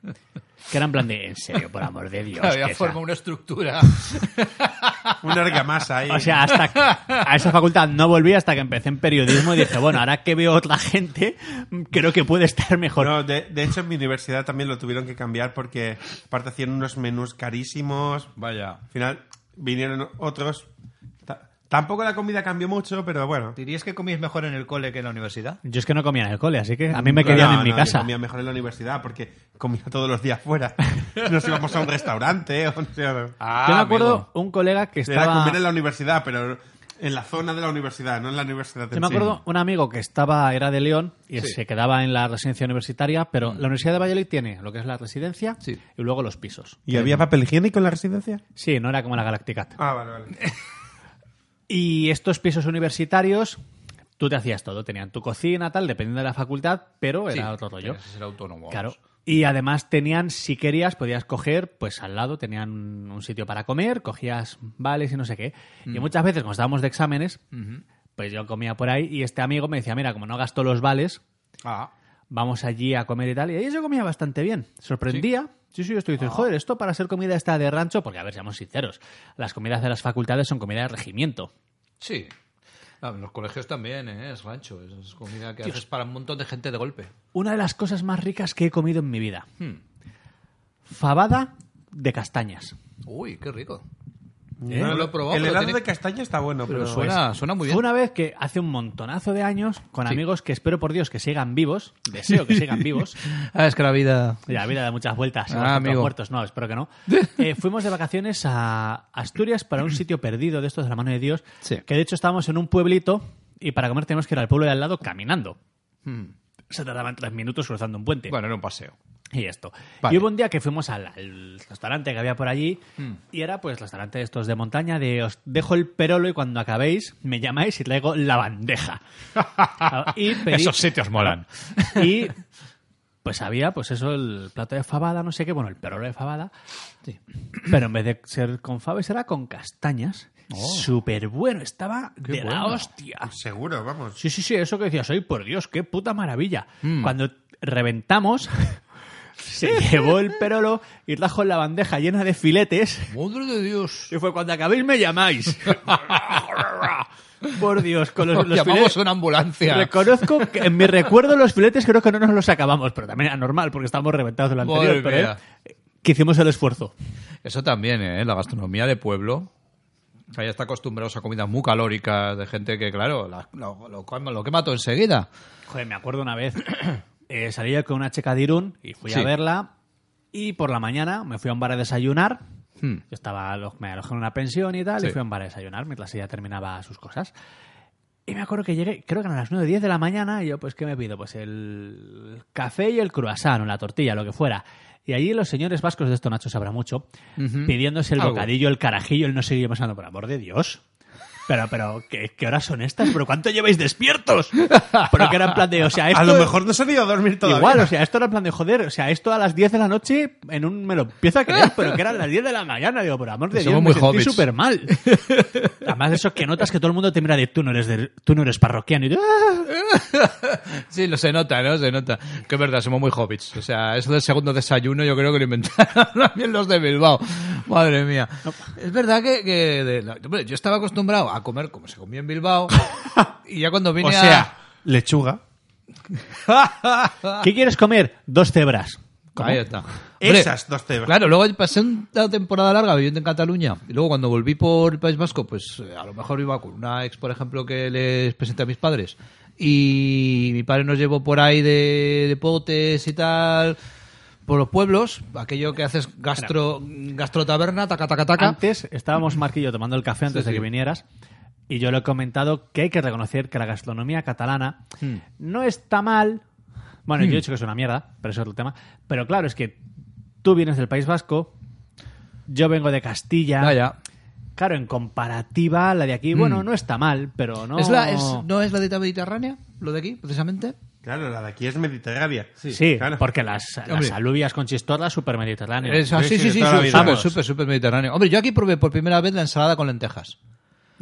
S1: Que eran en plan de, en serio, por amor de Dios.
S4: Había
S1: que esa-
S4: formado una estructura.
S3: Una argamasa ahí.
S1: o sea, hasta que- a esa facultad no volví hasta que empecé en periodismo y dije, bueno, ahora que veo otra gente, creo que puede estar mejor.
S3: No, de, de hecho en mi universidad también lo tuvieron que cambiar porque aparte hacían unos menús carísimos.
S4: Vaya.
S3: Al final vinieron otros. Ta- tampoco la comida cambió mucho, pero bueno.
S4: ¿Dirías que comías mejor en el cole que en la universidad?
S1: Yo es que no comía en el cole, así que a mí me querían
S3: No,
S1: en mi
S3: no, yo
S1: casa.
S3: Comía mejor en la universidad porque comía todos los días fuera. Nos íbamos a un restaurante. O sea,
S4: Ah,
S1: Yo me acuerdo un colega que
S3: Era
S1: estaba...
S3: comer en la universidad, pero En la zona de la universidad, no en la universidad.
S1: Yo
S3: en
S1: me
S3: sí.
S1: acuerdo un amigo que estaba, era de León y
S4: Sí. Mm.
S1: se quedaba en la residencia universitaria, pero la Universidad de Valladolid tiene lo que es la residencia
S4: Sí.
S1: y luego los pisos.
S3: ¿Y había papel higiénico en la residencia?
S1: Sí, no era como la Galacticat.
S3: Ah, vale, vale.
S1: ¿Eh? Y estos pisos universitarios, tú te hacías todo. Tenían tu cocina, tal, dependiendo de la facultad, pero era
S4: Sí,
S1: otro rollo.
S4: tenías que ser autónomo. vamos.
S1: Claro. Y además tenían, si querías, podías coger, pues al lado tenían un un sitio para comer, cogías vales y no sé qué. Y muchas veces, cuando estábamos de exámenes, pues yo comía por ahí y este amigo me decía, mira, como no gasto los vales,
S4: Ah,
S1: vamos allí a comer y tal. Y ahí yo comía bastante bien. Sorprendía. Sí, Ah. sí, yo estoy diciendo, joder, esto para ser comida esta de rancho, porque a ver, seamos sinceros, las comidas de las facultades son comida de regimiento.
S4: sí. Ah, en los colegios también, ¿eh? es rancho, es, es comida que haces para un montón de gente de golpe.
S1: Una de las cosas más ricas que he comido en mi vida. Fabada de castañas.
S4: Uy, qué rico.
S1: ¿Eh?
S3: No,
S4: No lo he probado,
S3: El
S4: pero
S3: helado
S4: tiene-
S3: de castaña está bueno, pero,
S4: Pero
S1: Pues
S4: suena, suena muy bien.
S1: Fue una vez que hace un montonazo de años, con
S4: Sí.
S1: amigos que espero por Dios que sigan vivos, deseo que sigan vivos.
S4: Ah, es que la vida...
S1: Ya, vida da muchas vueltas.
S4: Ah,
S1: igual que otros
S4: amigo.
S1: muertos, no, espero que no. Eh, fuimos de vacaciones a Asturias para un sitio perdido de estos de la mano de Dios.
S4: Sí.
S1: Que de hecho estábamos en un pueblito y para comer tenemos que ir al pueblo de al lado caminando. Se tardaban tres minutos cruzando un puente.
S4: Hmm. Bueno, era un paseo.
S1: Y esto.
S4: Vale. Hmm.
S1: Y hubo un día que fuimos al, al restaurante que había por allí y era pues restaurante de estos de montaña de os dejo el perolo y cuando acabéis me llamáis y traigo la bandeja. y pedí-
S4: Esos sitios molan.
S1: Y pues había pues eso, el plato de fabada, no sé qué, bueno, el perolo de fabada. Pero en vez de ser con fabes era con castañas. Súper bueno, estaba
S4: Oh. Qué
S1: de la
S4: bueno.
S1: hostia.
S3: Seguro, vamos.
S1: Sí, sí, sí, eso que decías, ay, por Dios, qué puta maravilla.
S4: Mm.
S1: Cuando reventamos, se llevó el perolo y trajo la bandeja llena de filetes.
S4: Madre de Dios.
S1: Y fue cuando acabéis me llamáis. por Dios, con los, los
S4: Llamamos
S1: filetes.
S4: a una ambulancia.
S1: Reconozco que en mi recuerdo los filetes creo que no nos los acabamos, pero también era normal porque estábamos reventados de lo
S4: Madre
S1: anterior, pero
S4: mía.
S1: eh, que hicimos el esfuerzo.
S4: Eso también, ¿eh? La gastronomía de pueblo. O sea, ya está acostumbrados a comidas muy calóricas de gente que, claro, la- lo, lo, quema- lo quema todo enseguida.
S1: Joder, me acuerdo una vez. eh, salí yo con una chica de Irún y fui
S4: Sí.
S1: a verla. Y por la mañana me fui a un bar a desayunar.
S4: Hmm.
S1: Yo estaba, alo- me alojé en una pensión y tal.
S4: Sí.
S1: Y fui a un bar a desayunar mientras ella terminaba sus cosas. Y me acuerdo que llegué, creo que eran las 9 o 10 de la mañana. Y yo, pues, ¿qué me pido? Pues el café y el croissant, o la tortilla, lo que fuera. Y allí los señores vascos de esto, Nacho sabrá mucho, pidiéndose el
S4: Algo.
S1: bocadillo, el carajillo, el no sé qué, yo pensando, por amor de Dios. Pero, pero, ¿qué, qué horas son estas? ¿Pero cuánto lleváis despiertos? Pero que era en plan de, o sea, esto...
S3: A lo mejor no se han ido a dormir todavía.
S1: Igual, o sea, esto era en plan de joder, o sea, esto a las 10 de la noche en un me lo empiezo a creer, pero que eran las 10 de la mañana, digo, por amor de Dios,
S4: Somos muy
S1: me sentí
S4: hobbits.
S1: súper mal. Además de eso que notas que todo el mundo te mira de tú no eres, de, tú no eres parroquiano y yo, "Ah".
S4: Sí, lo se nota, ¿no? Se nota. Que es verdad, somos muy hobbits. O sea, eso del segundo desayuno yo creo que lo inventaron también los de Bilbao. Madre mía. Es verdad que, que de la- hombre, yo estaba acostumbrado a comer como se comía en Bilbao. y ya cuando vine
S3: O sea, lechuga.
S4: a...
S1: "Ah, ¿Qué quieres comer? Dos cebras.
S4: Ahí está.
S3: Esas dos cebras.
S4: Claro, luego pasé una temporada larga viviendo en Cataluña y luego cuando volví por el País Vasco, pues eh, a lo mejor iba con una ex, por ejemplo, que les presenté a mis padres y mi padre nos llevó por ahí de, de potes y tal por los pueblos, aquello que haces gastro gastro taberna, taca taca taca.
S1: Antes estábamos Marquillo tomando el café antes
S4: Sí,
S1: de que
S4: sí.
S1: vinieras y yo le he comentado que hay que reconocer que la gastronomía catalana
S4: Hmm.
S1: no está mal. Bueno, yo he dicho que es una mierda, pero eso es otro tema. Pero claro, es que tú vienes del País Vasco, yo vengo de Castilla.
S4: Vaya.
S1: Claro, en comparativa, la de aquí, bueno, no está mal, pero no.
S4: Hmm. ¿Es la, es, ¿No es la dieta mediterránea lo de aquí, precisamente?
S3: Claro, la de aquí es mediterránea.
S1: Sí,
S3: claro.
S1: porque las, las
S4: Hombre.
S1: alubias con chistorra super mediterráneo.
S4: Es- ah,
S3: sí,
S4: sí,
S3: sí,
S4: sí, sí,
S3: toda la vida.
S4: súper,
S3: Vamos.
S4: súper, súper mediterráneo. Hombre, yo aquí probé por primera vez la ensalada con lentejas.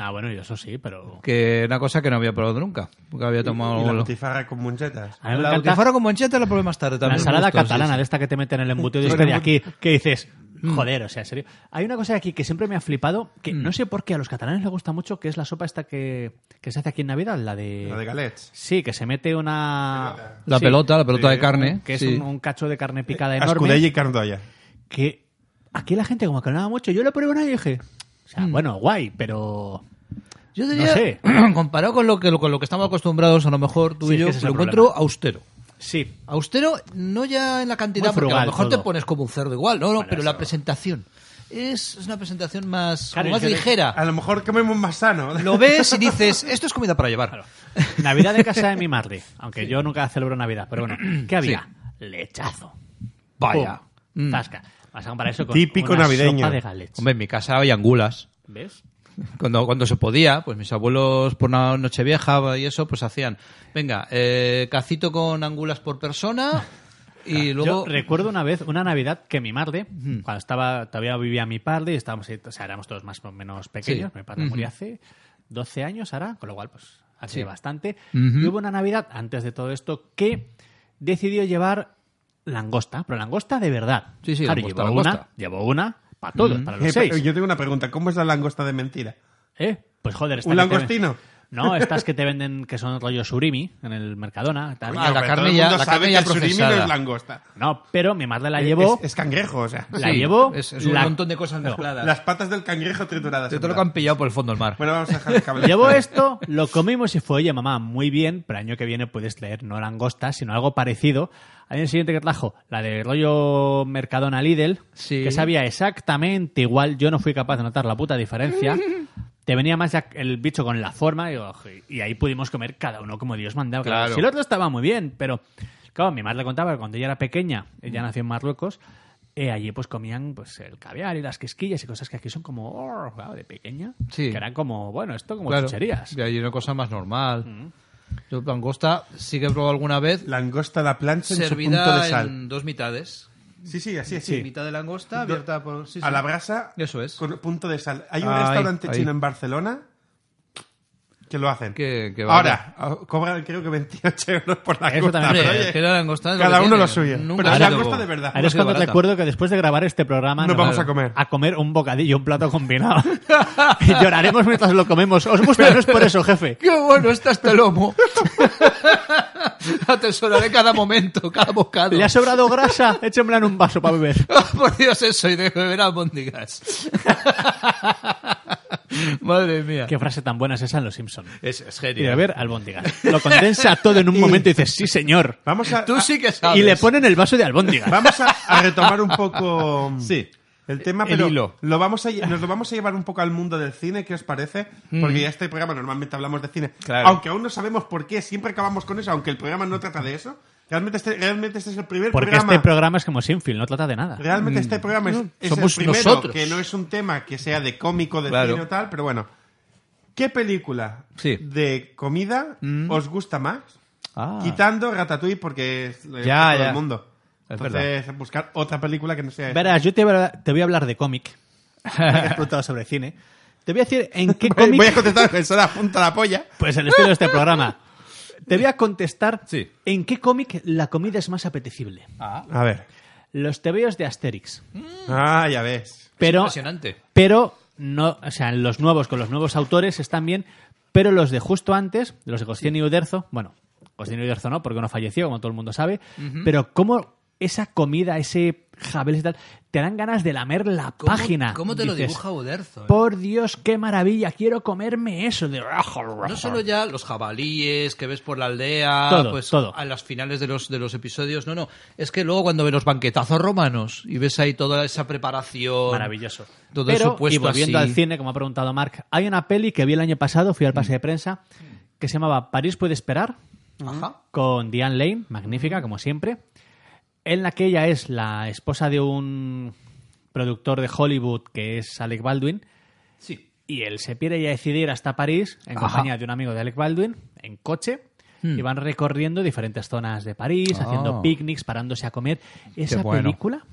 S1: Ah, bueno, yo eso sí, pero.
S4: que una cosa que no había probado nunca. Porque había
S3: Y la
S4: tomado.
S3: butifarra con munchetas.
S1: A mí me
S4: La
S1: encanta-
S4: butifarra con moncheta la probé más tarde
S1: La
S4: también.
S1: ensalada
S4: Justo, sí,
S1: catalana,
S4: sí. mm.
S1: de esta que te meten en el embutido este de aquí, que dices, joder, o sea, en serio. Hay una cosa de aquí que siempre me ha flipado, que
S4: Mm.
S1: no sé por qué a los catalanes les gusta mucho, que es la sopa esta que, que se hace aquí en Navidad, la de...
S3: La de galets.
S1: Sí, que se mete una...
S4: La
S1: sí,
S4: pelota, la pelota de carne.
S1: Que es
S4: sí. Eh,
S1: un, un cacho de carne picada
S3: Escudella
S1: enorme.
S3: y cardoya.
S1: Que aquí la gente como que no daba mucho. Yo la probé una y dije, o
S4: Mm.
S1: sea, bueno, guay, pero...
S4: Yo diría,
S1: sé.
S4: comparado con lo, que, con lo que estamos acostumbrados, a lo mejor tú
S1: Sí,
S4: y
S1: es
S4: yo,
S1: que ese es el
S4: lo encuentro
S1: problema.
S4: austero.
S1: Sí,
S4: Austero, no ya en la cantidad,
S1: Muy
S4: porque a
S1: frugal
S4: lo mejor
S1: todo.
S4: te pones como un cerdo igual, no, no,
S1: Bueno,
S4: pero
S1: eso-
S4: la presentación. es es una presentación más,
S1: Claro,
S4: como
S1: y
S4: más
S1: que-
S4: ligera.
S3: A lo mejor comemos más sano.
S4: Ah. Lo ves y dices, esto es comida para llevar.
S1: Navidad en casa de mi madre, aunque yo nunca celebro Navidad, pero bueno, ¿qué había? Lechazo.
S4: Vaya.
S1: Pum,
S4: Mm.
S1: Tasca. Vas a comparar eso con
S3: Típico
S1: una
S3: navideño.
S1: sopa de galets.
S4: Hombre, en mi casa había angulas.
S1: ¿Ves?
S4: Cuando, cuando se podía, pues mis abuelos por una noche vieja y eso, pues hacían, venga, eh, cacito con angulas por persona y luego...
S1: Yo recuerdo una vez, una Navidad, que mi madre, cuando estaba, todavía vivía mi padre, y estábamos, ahí, o sea, éramos todos más o menos pequeños,
S4: Sí.
S1: mi padre
S4: Ujú.
S1: murió hace 12 años ahora, con lo cual, pues, hace
S4: Sí.
S1: bastante.
S4: Ujú.
S1: Y hubo una Navidad, antes de todo esto, que decidió llevar langosta, pero langosta de verdad.
S4: Sí, sí,
S1: claro,
S4: langosta,
S1: llevó una,
S4: langosta.
S1: llevó una para todos, para los
S3: Eh,
S1: seis.
S3: pero Yo tengo una pregunta. ¿Cómo es la langosta de mentira?
S1: ¿Eh? Pues joder, esta
S3: ¿Un
S1: que te-
S3: langostino?
S1: No, estas que te venden, que son rollo surimi, en el Mercadona, tal.
S4: Ah, la
S3: Pero
S4: carne
S3: todo el
S4: ya-
S3: mundo
S4: la
S3: sabe
S4: carne
S3: que
S4: ya
S3: el surimi
S4: procesada.
S3: no es langosta.
S1: No, pero mi madre la llevó...
S3: Eh, Es, es cangrejo, o sea.
S1: La
S4: Sí,
S1: llevó.
S4: es- es un
S1: la-
S4: montón de cosas
S1: No,
S4: mezcladas.
S3: Las patas del cangrejo trituradas.
S4: De
S3: en
S4: todo lo que
S3: plan.
S4: han pillado por el fondo del mar.
S3: Bueno, vamos a dejar el cable.
S1: Llevó esto, lo comimos y fue, oye, mamá, muy bien, pero año que viene puedes traer no langosta, sino algo parecido. Al año siguiente que trajo, la de rollo Mercadona Lidl,
S4: Sí.
S1: que sabía exactamente igual, yo no fui capaz de notar la puta diferencia. Te venía más ya el bicho con la forma y, ojo, y ahí pudimos comer cada uno como Dios mandaba.
S4: Claro.
S1: Si el otro estaba muy bien, pero claro, mi madre le contaba que cuando ella era pequeña,
S4: Mm.
S1: ella nació en Marruecos, eh, allí pues comían pues el caviar y las quisquillas y cosas que aquí son como "Oh", claro, de pequeña,
S4: Sí.
S1: que eran como, bueno, esto como
S4: Claro.
S1: chucherías.
S4: Y hay una cosa más normal. Yo langosta sí que he probado alguna vez,
S3: Langosta a Mm. la plancha en su punto de
S4: servida
S3: sal.
S4: en dos mitades.
S3: Sí, sí, así,
S4: Sí.
S3: así.
S4: Mitad de langosta abierta por... sí,
S3: A
S4: sí.
S3: la brasa.
S4: Eso es.
S3: Con punto de sal. Hay un
S4: Ay,
S3: restaurante
S4: ahí.
S3: chino en Barcelona que lo hacen.
S4: Que- que vale.
S3: Ahora, a- cobran creo que 28 euros por la
S1: Eso
S3: costa.
S1: también.
S3: pero
S4: Hombre,
S3: oye,
S4: es que la langosta es
S3: cada
S4: que
S3: uno
S4: tiene.
S3: lo suyo.
S4: Nunca
S3: Pero
S4: ha
S3: es
S4: sido-
S3: langosta de verdad.
S1: Ahora es
S4: Ha sido
S1: cuando
S4: barata.
S1: recuerdo que después de grabar este programa
S3: Nos vamos a comer.
S1: a comer un bocadillo, un plato combinado. y lloraremos mientras lo comemos. Os gusta, no es por eso, jefe.
S4: ¡Qué bueno está este lomo! Atesoraré cada momento, cada bocado. Ah,
S1: ¿Le ha sobrado grasa? Échemela en un vaso para beber.
S4: Por Dios, eso, y de beber albóndigas. Madre mía.
S1: Qué frase tan buena es esa en Los Simpsons.
S4: Es, es
S1: Y de
S4: genial.
S1: beber albóndigas. Lo condensa todo en un momento y dices, sí, señor.
S3: Vamos a,
S4: Tú
S3: a-
S4: sí que sabes.
S1: Y le ponen el vaso de albóndigas.
S3: vamos a, a retomar un poco mm,
S1: Sí.
S3: el tema,
S4: El
S3: pero
S4: hilo.
S3: Lo vamos a, lle- nos lo vamos a llevar un poco al mundo del cine, ¿qué os parece? Porque ya este programa normalmente hablamos de cine.
S4: Mm. Claro.
S3: Aunque aún no sabemos por qué, siempre acabamos con eso, aunque el programa no trata de eso. Realmente este, realmente este es el primer
S1: Porque
S3: programa.
S1: este programa es como Sinfield, no trata de nada.
S3: Realmente este programa es, es
S4: Mm. somos
S3: el primero
S4: nosotros.
S3: que no es un tema que sea de cómico, de
S4: Claro.
S3: cine o tal, pero bueno. ¿Qué película
S4: Sí. Mm.
S3: de comida os gusta más?
S4: Ah.
S3: Quitando Ratatouille porque es lo
S4: Ya,
S3: todo
S4: ya.
S3: el mundo.
S4: Es
S3: Entonces, buscar otra película que no sea esa.
S1: Verás, yo te voy a, te voy a hablar de cómic. Ya que has preguntado sobre cine. Te voy a decir en qué
S3: Voy-
S1: cómic...
S3: Voy a contestar con la punta la polla.
S1: Pues el estilo de este programa. Te voy a contestar
S4: Sí. Ah.
S1: en qué cómic la comida es más apetecible.
S3: A ver.
S1: Los tebeos de Asterix.
S3: Ah, ya ves.
S1: Pero,
S4: impresionante.
S1: pero no, o sea, los nuevos con los nuevos autores están bien, pero los de justo antes, los de Goscinny y Uderzo, bueno, Goscinny y Uderzo no, porque uno falleció, como todo el mundo sabe, pero cómo esa comida, ese jabel y tal, te dan ganas de lamer la
S4: ¿Cómo-
S1: página.
S4: ¿Cómo te lo
S1: Dices,
S4: dibuja Uderzo? eh?
S1: Por Dios, qué maravilla, quiero comerme eso de
S4: No solo ya los jabalíes que ves por la aldea,
S1: Todo,
S4: pues
S1: todo.
S4: a las finales de los, de los episodios, no, no. Es que luego cuando ves los banquetazos romanos y ves ahí toda esa preparación.
S1: Maravilloso.
S4: Todo
S1: Pero,
S4: eso puesto
S1: y volviendo
S4: así.
S1: al cine, como ha preguntado Mark, hay una peli que vi el año pasado, fui al pase de prensa, que se llamaba París puede esperar,
S4: Ajá.
S1: con Diane Lane, magnífica, como siempre, en la que ella es la esposa de un productor de Hollywood que es Alec Baldwin,
S4: Sí.
S1: y él se pierde y decide ir hasta París en
S4: Ajá. Hmm.
S1: compañía de un amigo de Alec Baldwin, en coche, y van recorriendo diferentes zonas de París,
S4: Ah.
S1: haciendo picnics, parándose a comer. Esa
S4: bueno.
S1: película,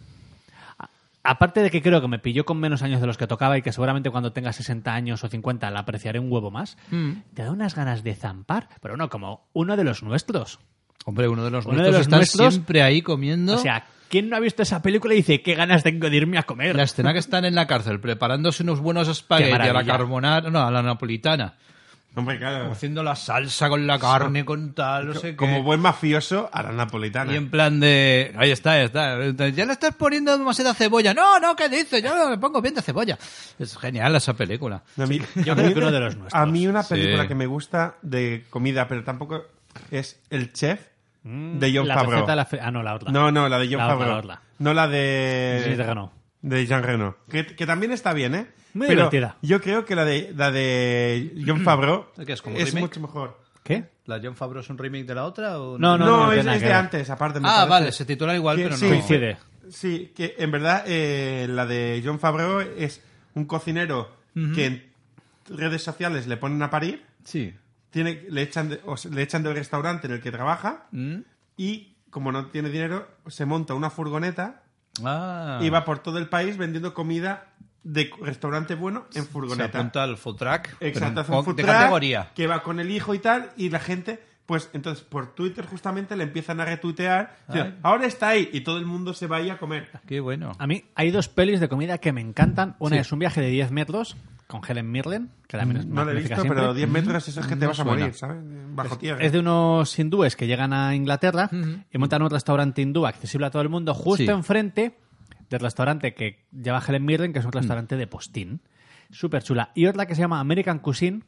S1: a- aparte de que creo que me pilló con menos años de los que tocaba y que seguramente cuando tenga 60 años o 50 la apreciaré un huevo más,
S4: Hmm.
S1: te da unas ganas de zampar, pero no como uno de los nuestros.
S4: Hombre, uno de los
S1: Uno de
S4: nuestros
S1: los
S4: está
S1: nuestros-
S4: siempre ahí
S1: O
S4: comiendo.
S1: sea, ¿quién no ha visto esa película y dice qué ganas tengo de irme a comer?
S4: la escena que están en la cárcel preparándose unos buenos espaguetis a la
S1: maravilla.
S4: carbonara, no, a la napolitana,
S3: Hombre, claro.
S4: haciendo la salsa con la carne, con tal, no sé qué.
S3: Como buen mafioso, a la napolitana.
S4: Y en plan de. Ahí está, ahí está. Ya le estás poniendo demasiada cebolla. No, no, ¿qué dices? Yo no me pongo bien de cebolla. Es genial esa película.
S3: A mí,
S1: Yo
S3: a
S1: creo
S3: mí-
S1: que uno de los nuestros.
S3: A mí una película
S4: Sí.
S3: que me gusta de comida, pero tampoco es El Chef de John
S1: Mm, la
S3: Favreau.
S1: receta de la fe- Ah, no, la otra.
S3: No, no, la de John
S1: La otra,
S3: Favreau.
S1: la otra.
S3: No la de...
S1: Sí, te ganó.
S3: de Jean Reno. Que, que también está bien, ¿eh?
S1: Muy
S3: Pero
S1: divertida.
S3: Yo creo que la de, la de John Favreau
S4: ¿Qué es, como remake?
S3: mucho mejor.
S1: ¿Qué?
S4: ¿La John Favreau es un remake de la otra? O
S1: No,
S3: No,
S1: tiene
S3: es,
S1: nada
S3: es
S1: que
S3: de
S1: ver.
S3: antes, aparte. me
S4: Ah,
S3: parece.
S4: vale, se titula igual,
S3: Sí,
S4: pero no.
S3: sí.
S1: Coincide.
S3: Sí, que en verdad eh, la de John Favreau es un cocinero que en redes sociales le ponen a parir,
S4: Sí.
S3: tiene, le, echan de- o se- le echan del restaurante en el que trabaja
S4: ¿Mm?
S3: y como no tiene dinero, se monta una furgoneta
S4: Ah.
S3: y va por todo el país vendiendo comida de cu- restaurante bueno en
S4: se
S3: furgoneta.
S4: apunta al food track.
S3: Exacto, hace
S4: pero
S3: un
S4: con-
S3: food
S4: de
S3: truck
S4: categoría.
S3: que va con el hijo y tal, y la gente, pues entonces por Twitter justamente le empiezan a retuitear, diciendo,
S4: Ay.
S3: ahora está ahí, y todo el mundo se va ahí a comer.
S4: Qué bueno.
S1: A mí hay dos pelis de comida que me encantan. Una es Un viaje de 10 metros con Helen Mirren, que también es
S3: No lo he
S1: magnífica
S3: visto,
S1: siempre.
S3: pero 10 metros eso es que te
S4: No
S3: vas a
S4: suena.
S3: morir, ¿sabes? Bajo tierra.
S1: Es de unos hindúes que llegan a Inglaterra y montan un restaurante hindú accesible a todo el mundo justo
S4: Sí.
S1: enfrente del restaurante que lleva Helen Mirren, que es un
S3: Mm.
S1: restaurante de postín. Súper chula. Y otra que se llama American Cuisine,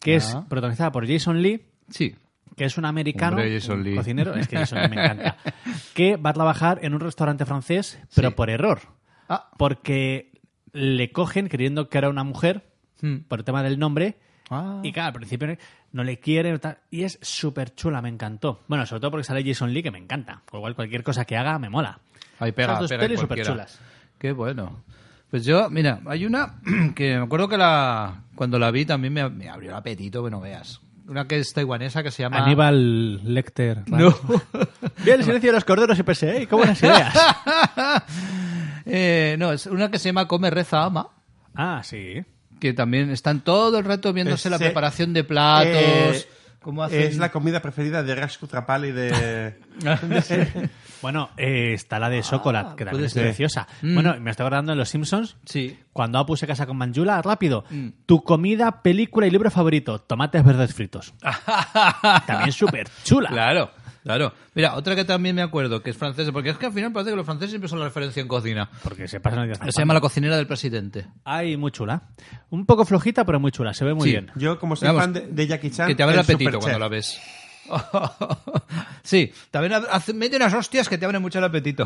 S1: que es
S4: Ah.
S1: protagonizada por Jason Lee,
S4: Sí.
S1: que es un americano,
S4: Hombre, Jason
S1: un
S4: Lee.
S1: cocinero, es que Jason Lee me encanta, que va a trabajar en un restaurante francés, pero
S4: Sí.
S1: por error.
S4: Ah.
S1: Porque le cogen creyendo que era una mujer,
S4: Hmm.
S1: por el tema del nombre,
S4: Ah.
S1: y claro, al principio no le quiere tal, y es súper chula, me encantó. Bueno, sobre todo porque sale Jason Lee, que me encanta. Con lo cual, cualquier cosa que haga me mola.
S4: Ahí pega,
S1: Esas dos
S4: pega
S1: pelis
S4: en cualquiera.
S1: superchulas.
S4: Qué bueno. Pues yo, mira, hay una que me acuerdo que la cuando la vi también me, me abrió el apetito que no veas. Una que es taiwanesa que se llama...
S1: Aníbal Lecter.
S4: No.
S1: Bien, el silencio de los corderos y PSE. ¡Qué buenas ideas!
S4: Eh, no, es una que se llama Come, Reza, Ama.
S1: ah, sí.
S4: Que también están todo el rato viéndose la
S3: Ese-
S4: preparación de platos.
S3: Eh,
S4: cómo hacen...
S3: Es la comida preferida de Rascu Trapali de...
S1: Bueno, eh, está la de Socolat, que
S4: Ah, puede
S1: también es
S4: ser.
S1: deliciosa.
S4: Mm.
S1: Bueno, me estoy acordando en Los Simpsons.
S4: Sí.
S1: Cuando Apu se casa con Manjula, rápido.
S4: Mm.
S1: Tu comida, película y libro favorito. Tomates verdes fritos. También súper chula.
S4: Claro, claro. Mira, otra que también me acuerdo, que es francesa, porque es que al final parece que los franceses siempre son la referencia en cocina.
S1: Porque se pasan el día
S4: Se llama La cocinera del presidente.
S1: Ay, muy chula. Un poco flojita, pero muy chula. Se ve muy
S4: Sí.
S1: bien.
S3: Yo, como soy
S4: Vamos,
S3: fan de, de Jackie Chan...
S4: Que te abre el apetito
S3: superchef.
S4: cuando la ves. sí, también hace- mete unas hostias que te abren mucho el apetito.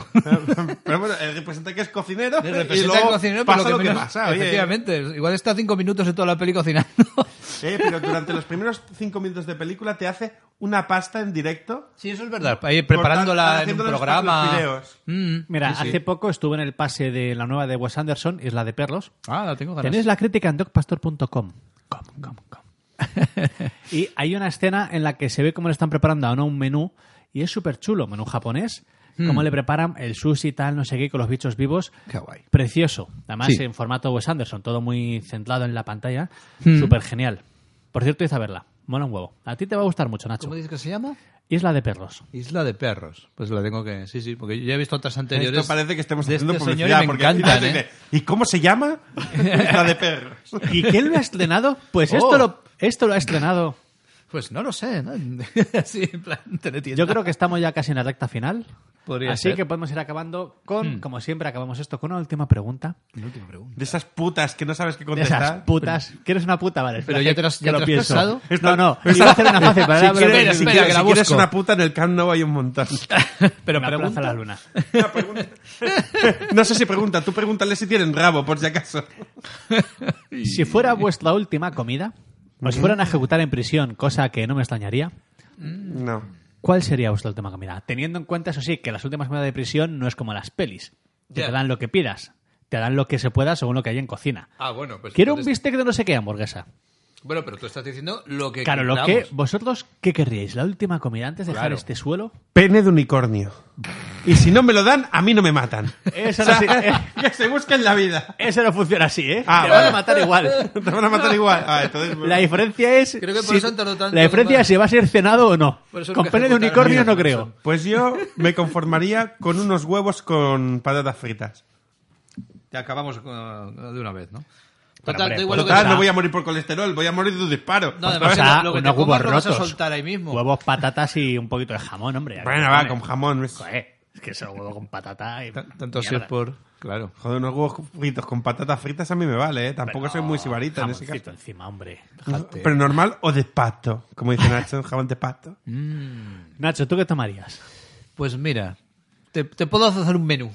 S3: Pero bueno, el representante que es cocinero
S4: Le
S3: y
S4: representa
S3: luego
S4: al cocinero, pero
S3: pasa lo que,
S4: menos-
S3: pasa. oye.
S4: Efectivamente, igual está cinco minutos en toda la peli cocinando.
S3: Eh, pero durante los primeros cinco minutos de película te hace una pasta en directo.
S4: sí, eso es verdad. Ahí preparándola
S3: Cortan-
S4: en un
S3: haciendo los-
S4: programa.
S3: los videos.
S4: Mm.
S1: Mira, hace poco estuve en el pase de la nueva de Wes Anderson, Isla de Perros.
S4: Ah, la tengo ganas.
S1: Tenéis la crítica en docpastor.com. Com, com, com. y hay una escena en la que se ve cómo le están preparando a uno un menú y es súper chulo, menú japonés. Cómo le preparan el sushi y tal, no sé qué, con los bichos vivos.
S4: Qué guay.
S1: Precioso. Además,
S4: Sí.
S1: en formato Wes Anderson, todo muy centrado en la pantalla. Súper genial. Por cierto, id a verla. Mola un huevo. A ti te va a gustar mucho, Nacho.
S4: ¿Cómo dices que se llama?
S1: Isla de Perros.
S4: Isla de perros. Pues la tengo que. Sí, sí, porque yo ya he visto otras anteriores.
S3: Esto parece que estemos
S4: de
S3: haciendo
S4: este señor
S3: publicidad.
S4: y me
S3: porque al final
S4: encantan,
S3: te
S4: ¿eh?
S3: dice, ¿Y cómo se llama? la de perros.
S1: ¿Y quién lo ha estrenado? Pues
S4: Oh.
S1: esto, lo, esto lo ha estrenado.
S4: Pues no lo sé. ¿no? Así, en plan,
S1: Yo creo que estamos ya casi en la recta final.
S4: Podría
S1: así
S4: ser. Hmm.
S1: que podemos ir acabando con, como siempre, acabamos esto con una última pregunta.
S4: última pregunta.
S3: De esas putas que no sabes qué
S1: De esas
S3: contestar.
S1: putas. ¿Quieres una puta? Vale, espera
S4: Pero ya
S1: que-
S4: te las-
S1: que
S4: ya
S1: lo
S4: te las has
S1: pienso.
S4: pensado.
S1: No, no. Iba a hacer una fácil, pero ahora
S4: Si
S1: me lo
S4: quieres-
S3: si
S1: pienso.
S4: espera, que
S3: quieres,
S4: la
S3: si quieres
S4: busco.
S3: una puta en el Camp Nou hay un montón.
S4: Pero
S1: Una plaza
S4: pregunta.
S1: a la luna.
S3: No sé si pregunta, tú pregúntale si tienen rabo, por si acaso.
S1: Si fuera vuestra última comida, os fueran a ejecutar en prisión, cosa que no me extrañaría,
S3: No.
S1: ¿cuál sería vuestra última comida? Teniendo en cuenta, eso sí, que las últimas comidas de prisión no es como las pelis. que
S4: Ya.
S1: Te dan lo que pidas. Te dan lo que se pueda según lo que hay en cocina.
S4: Ah, bueno, pues.
S1: Quiero un
S4: entonces-
S1: bistec de no sé qué hamburguesa.
S4: Bueno, pero tú estás diciendo lo que.
S1: Claro, lo que
S4: queramos.
S1: vosotros, ¿qué querríais? ¿La última comida antes de dejar
S4: Claro.
S1: este suelo?
S3: Pene de unicornio. Y si no me lo dan, a mí no me matan.
S1: Eso
S3: O
S1: no,
S3: sea,
S1: sí, eh,
S3: que se busquen la vida.
S1: eso no funciona así, ¿eh?
S3: Ah,
S1: Te van a
S3: vale.
S1: matar igual.
S3: Te van a matar igual. Ah, entonces,
S1: La diferencia es.
S4: Creo que por
S1: si-
S4: eso han tardado tanto
S1: La diferencia
S4: en-
S1: es si va a ser cenado o no.
S4: Por eso
S1: Con
S4: nunca
S1: pene de
S4: ejecutaron
S1: unicornio
S4: bien,
S1: no
S4: por
S1: creo.
S4: eso.
S3: Pues yo me conformaría con unos huevos con patatas fritas.
S4: Te acabamos eh, de una vez, ¿no?
S1: Pero,
S4: Total,
S1: hombre,
S4: da igual lo que
S3: Total,
S4: sea.
S3: Ah, no voy a morir por colesterol, voy a morir de un disparo. Pues,
S4: No,
S1: O
S4: además,
S1: sea,
S4: lo que te
S1: unos
S4: comas
S1: huevos
S4: lo vas a
S1: rotos.
S4: soltar ahí mismo.
S1: Huevos, patatas y un poquito de jamón, hombre. ya
S3: Bueno,
S1: que
S3: va,
S1: pone.
S3: con jamón. es-
S1: Joder, es que solo huevo con patata. Y...
S4: T- Tanto si
S1: mierda.
S4: es por. Claro.
S3: Joder, unos huevos fritos con patatas fritas a mí me vale, ¿eh? Tampoco soy muy sibarita en ese
S1: Jamoncito
S3: caso.
S1: encima, hombre.
S3: Pero normal o de pasto, como dice Nacho, jamón de pasto.
S4: Mm.
S1: Nacho, ¿tú qué tomarías?
S4: Pues mira, te, te puedo hacer un menú.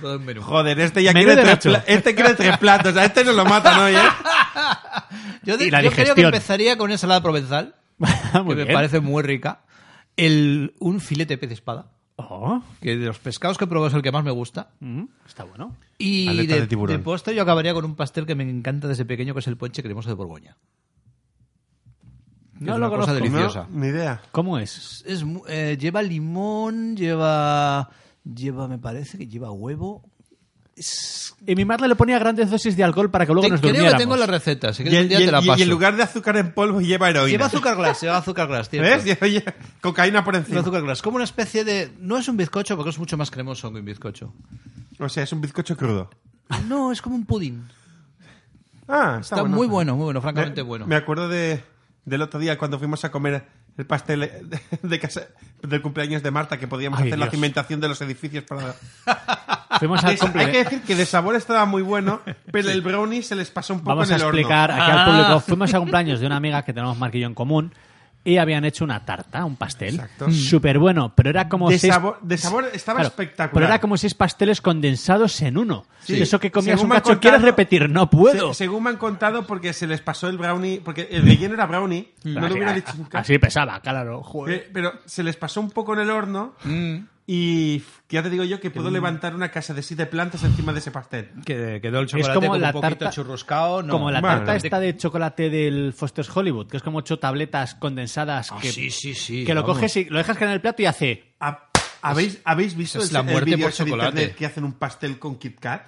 S4: Todo en menú.
S3: Joder, este ya
S1: Menú
S3: quiere
S1: de
S3: tres,
S1: macho.
S3: pla- este quiere tres platos. A este se lo matan hoy, ¿eh?
S4: Yo, de-
S1: Y la
S4: yo creo que
S1: digestión. Ah,
S4: empezaría con una ensalada provenzal, que
S1: Muy
S4: me
S1: bien.
S4: parece muy rica. El, un filete de pez espada,
S1: Oh,
S4: que de los pescados que probé es el que más me gusta.
S1: mm, está bueno.
S4: Y
S3: Aleta
S4: de,
S3: de tiburón.
S4: de postre yo acabaría con un pastel que me encanta desde pequeño, que es el ponche cremoso de Borgoña.
S1: No
S4: es
S1: lo
S4: una cosa
S1: conozco.
S4: deliciosa.
S3: No, ni idea.
S1: ¿Cómo es?
S4: Es mu- eh, lleva limón, lleva, lleva, me parece que lleva huevo.
S1: Y mi madre le ponía grandes dosis de alcohol para que luego
S4: Te-
S1: nos
S4: creo
S1: durmiéramos.
S4: que tengo la receta, así que
S3: Y,
S4: un
S3: el-
S4: día
S3: y el-
S4: te la
S3: y- y
S4: paso.
S3: en lugar de azúcar en polvo lleva heroína.
S4: Lleva azúcar glass, lleva azúcar glass, cierto.
S3: ¿Ves? Y- oye, cocaína por
S4: Lleva
S3: encima.
S4: azúcar glass. Como una especie de... No es un bizcocho porque es mucho más cremoso que un bizcocho.
S3: O sea, es un bizcocho crudo.
S4: No, es como un pudín.
S3: Ah,
S4: Está, muy bueno, muy bueno, francamente bueno.
S3: Me acuerdo de, del otro día cuando fuimos a comer el pastel de, de casa- del cumpleaños de Marta, que podíamos
S1: Ay,
S3: hacer la
S1: Dios.
S3: cimentación de los edificios para...
S1: Fuimos al
S3: Es- hay que
S4: ¿eh?
S1: comple-
S3: decir que de sabor estaba muy bueno, pero el brownie se les pasó un poco
S1: Vamos
S3: en
S1: a
S3: el horno.
S1: explicar aquí al
S4: Ah.
S1: público. Fuimos a cumpleaños de una amiga que tenemos Marquillo en común y habían hecho una tarta, un pastel.
S4: Mm.
S3: Exacto.
S1: Súper bueno, pero era como
S3: De
S1: seis-
S3: sabor- de sabor estaba espectacular.
S1: Pero era como seis pasteles condensados en uno.
S3: Sí.
S1: De Eso que comías
S3: Según
S1: un
S3: me han
S1: cacho, ¿quieres
S3: contado-
S1: repetir? No puedo.
S3: Se- según me han contado, porque se les pasó el brownie, porque el relleno era brownie, no
S4: Mm.
S1: así,
S3: lo hubiera dicho
S4: Ah,
S3: nunca.
S1: así pesaba, claro. joder. Mm.
S3: Eh, Pero se les pasó un poco en el horno
S4: Mm.
S3: y f- ya te digo yo que puedo levantar una casa de siete plantas encima de ese pastel.
S4: Que quedó el
S1: chocolate
S4: chocolate
S1: como
S4: como,
S1: la
S4: un poquito
S1: tarta-
S4: churroscao. No.
S1: como la
S3: bueno.
S1: tarta esta de chocolate del Foster's Hollywood, que es como ocho tabletas condensadas
S4: Ah,
S1: que,
S4: sí, sí, sí.
S1: que lo
S4: vamos.
S1: coges y lo dejas caer en el plato y hace...
S3: Ha- ¿Habéis, ¿Habéis visto
S4: esa es
S3: el,
S4: la
S3: el
S4: muerte
S3: vídeo
S4: por
S3: ese de
S4: chocolate.
S3: internet que hacen un pastel con Kit Kat?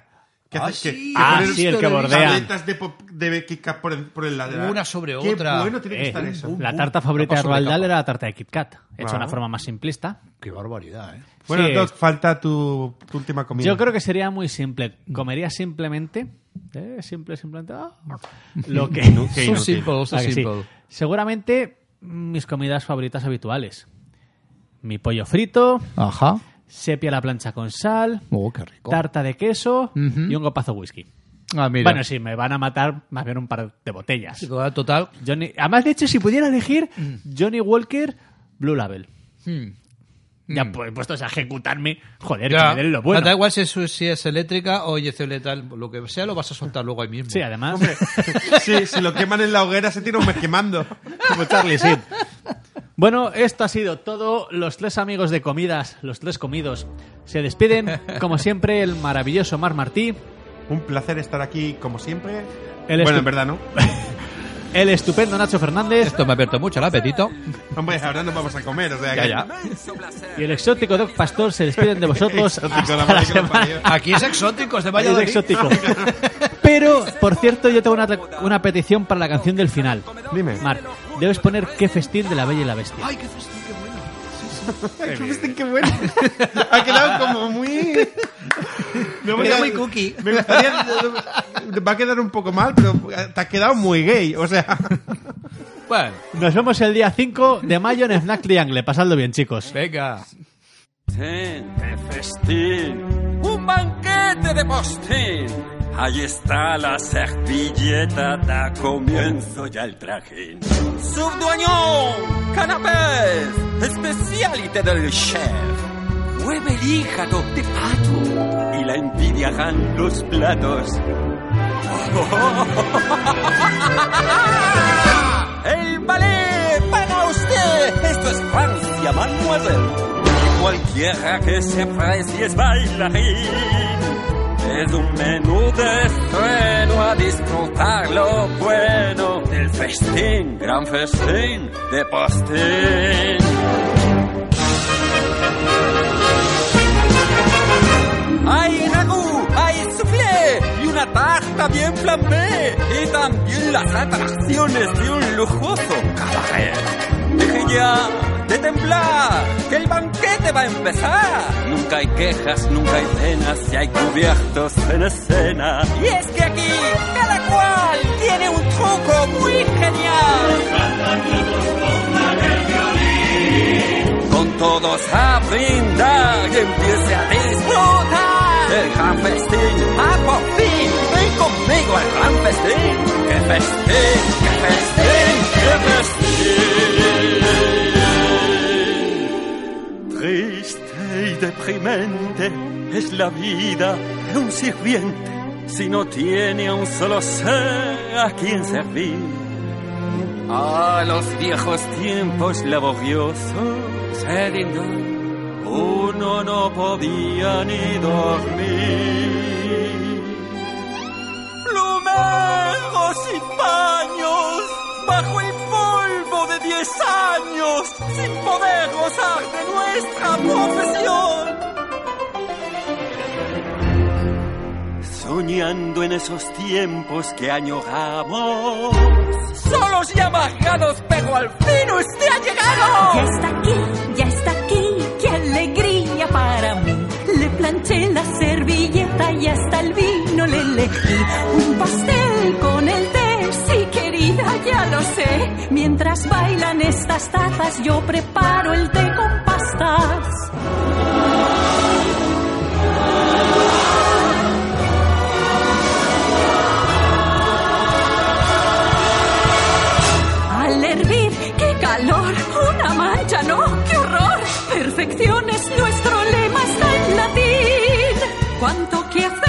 S3: Que
S4: Ah,
S3: hace- que- que
S4: sí.
S1: Ah,
S3: ponen
S1: sí, el que bordean.
S3: tabletas de, pop- de Kit Kat por, el- por el lateral.
S4: Una sobre
S3: Qué
S4: otra.
S3: bueno tiene que
S1: eh,
S3: estar eso. Uh,
S1: la
S4: bum,
S1: tarta
S4: bum,
S1: favorita de
S4: capa sobre
S1: Roald Dahl
S4: capa.
S1: era la tarta de Kit Kat, hecha de una
S3: Ah.
S1: forma más simplista.
S4: Qué barbaridad, ¿eh?
S3: Bueno,
S1: Sí.
S3: Doc, falta tu, tu última comida.
S1: Yo creo que sería muy simple. Comería simplemente. eh, simple, simplemente. ah, lo que.
S3: No, qué
S4: So
S3: inútil.
S4: simple, so
S1: Ah, que sí.
S4: simple.
S1: Seguramente mis comidas favoritas habituales: mi pollo frito,
S4: Ajá.
S1: sepia a la plancha con sal,
S4: Oh, qué rico.
S1: tarta de queso
S4: Ujú.
S1: y un copazo whisky.
S4: Ah, mira.
S1: Bueno, sí, me van a matar más bien un par de botellas.
S4: Total.
S1: Johnny- Además, de hecho, si pudiera elegir Johnny Walker, Blue Label.
S4: Mm.
S1: Ya pu- puestos a ejecutarme, joder,
S4: Ya.
S1: que me den lo bueno.
S4: Da igual si es, si es eléctrica o inyección letal, lo que sea, lo vas a soltar luego ahí mismo.
S1: Sí, además.
S3: Sí, si lo queman en la hoguera se tira un mes quemando.
S1: Como Charlie Sheen. Bueno, esto ha sido todo. Los tres amigos de comidas, los tres comidos, se despiden. Como siempre, el maravilloso Mar Martí,
S3: Un placer estar aquí, como siempre.
S1: Él es
S3: bueno,
S1: tu-
S3: en verdad, ¿no?
S1: el estupendo Nacho Fernández
S4: Esto me ha abierto mucho el apetito.
S3: Hombre, ahora no vamos a comer, o sea
S4: Ya,
S3: que-
S4: ya.
S1: y el exótico Doc Pastor se despiden de vosotros.
S3: Exótico, la
S1: hasta la
S3: madre que lo
S1: semana-
S3: parió.
S4: Aquí es exótico, es de
S1: Es
S4: Valladolid.
S1: exótico. Pero, por cierto, yo tengo una, una petición para la canción del final.
S3: Dime.
S1: Mar, debes poner qué festín de la Bella y la Bestia.
S4: Ay, qué festín, qué bueno.
S3: Ay, qué bestia, qué bueno. ha quedado como muy. No voy
S4: Queda
S3: a-
S4: muy cookie.
S3: Me gustaría. Va a quedar un poco mal, pero te has quedado muy gay. O sea,
S4: Bueno,
S1: Nos vemos el día 5 de mayo en Snack Triangle. Pasadlo bien, chicos.
S4: venga.
S5: festín, de festín, un banquete de postín. Ahí está la servilleta, da comienzo ya el trajín. Subdueño, canapés, especialidad del chef. Mueve el hígado de pato y la envidiarán los platos. ¡El ballet para usted! Esto es Francia, mademoiselle. Y cualquiera que se aprecie es bailarín. Es un menú de estreno a disfrutar lo bueno del festín, gran festín de postín. ¡Hay ragú! ¡Hay soufflé! ¡Y una tarta bien flambé! ¡Y también las atracciones de un lujoso cabaret! Deje ya de temblar, que el banquete va a empezar. Nunca hay quejas, nunca hay cenas, si hay cubiertos en escena. Y es que aquí cada cual tiene un truco muy genial. con todos a brindar y empiece a disfrutar el gran festín. Ah, por fin, ven conmigo al gran festín. ¡Qué festín, qué festín, qué festín! Triste y deprimente es la vida de un sirviente si no tiene a un solo ser a quien servir. A los viejos tiempos laboriosos se rindó, uno no podía ni dormir. Plumeros sin paños, bajo el polvo de diez años, sin poder gozar de nuestra profesión. soñando en esos tiempos que añoramos. Solos y amargados, pero al fin usted ha
S6: Ya
S5: llegado.
S6: está aquí, ya está aquí, qué alegría para mí. Le planché la servilleta y hasta el vino le elegí. Un pastel con el té, sí querida, ya lo sé. Mientras bailan estas tazas, yo preparo el té con pastas. Al hervir, ¡qué calor! ¡Una mancha, no! ¡Qué horror! Perfección es nuestro lema, está en latín. ¿Cuánto que hacer?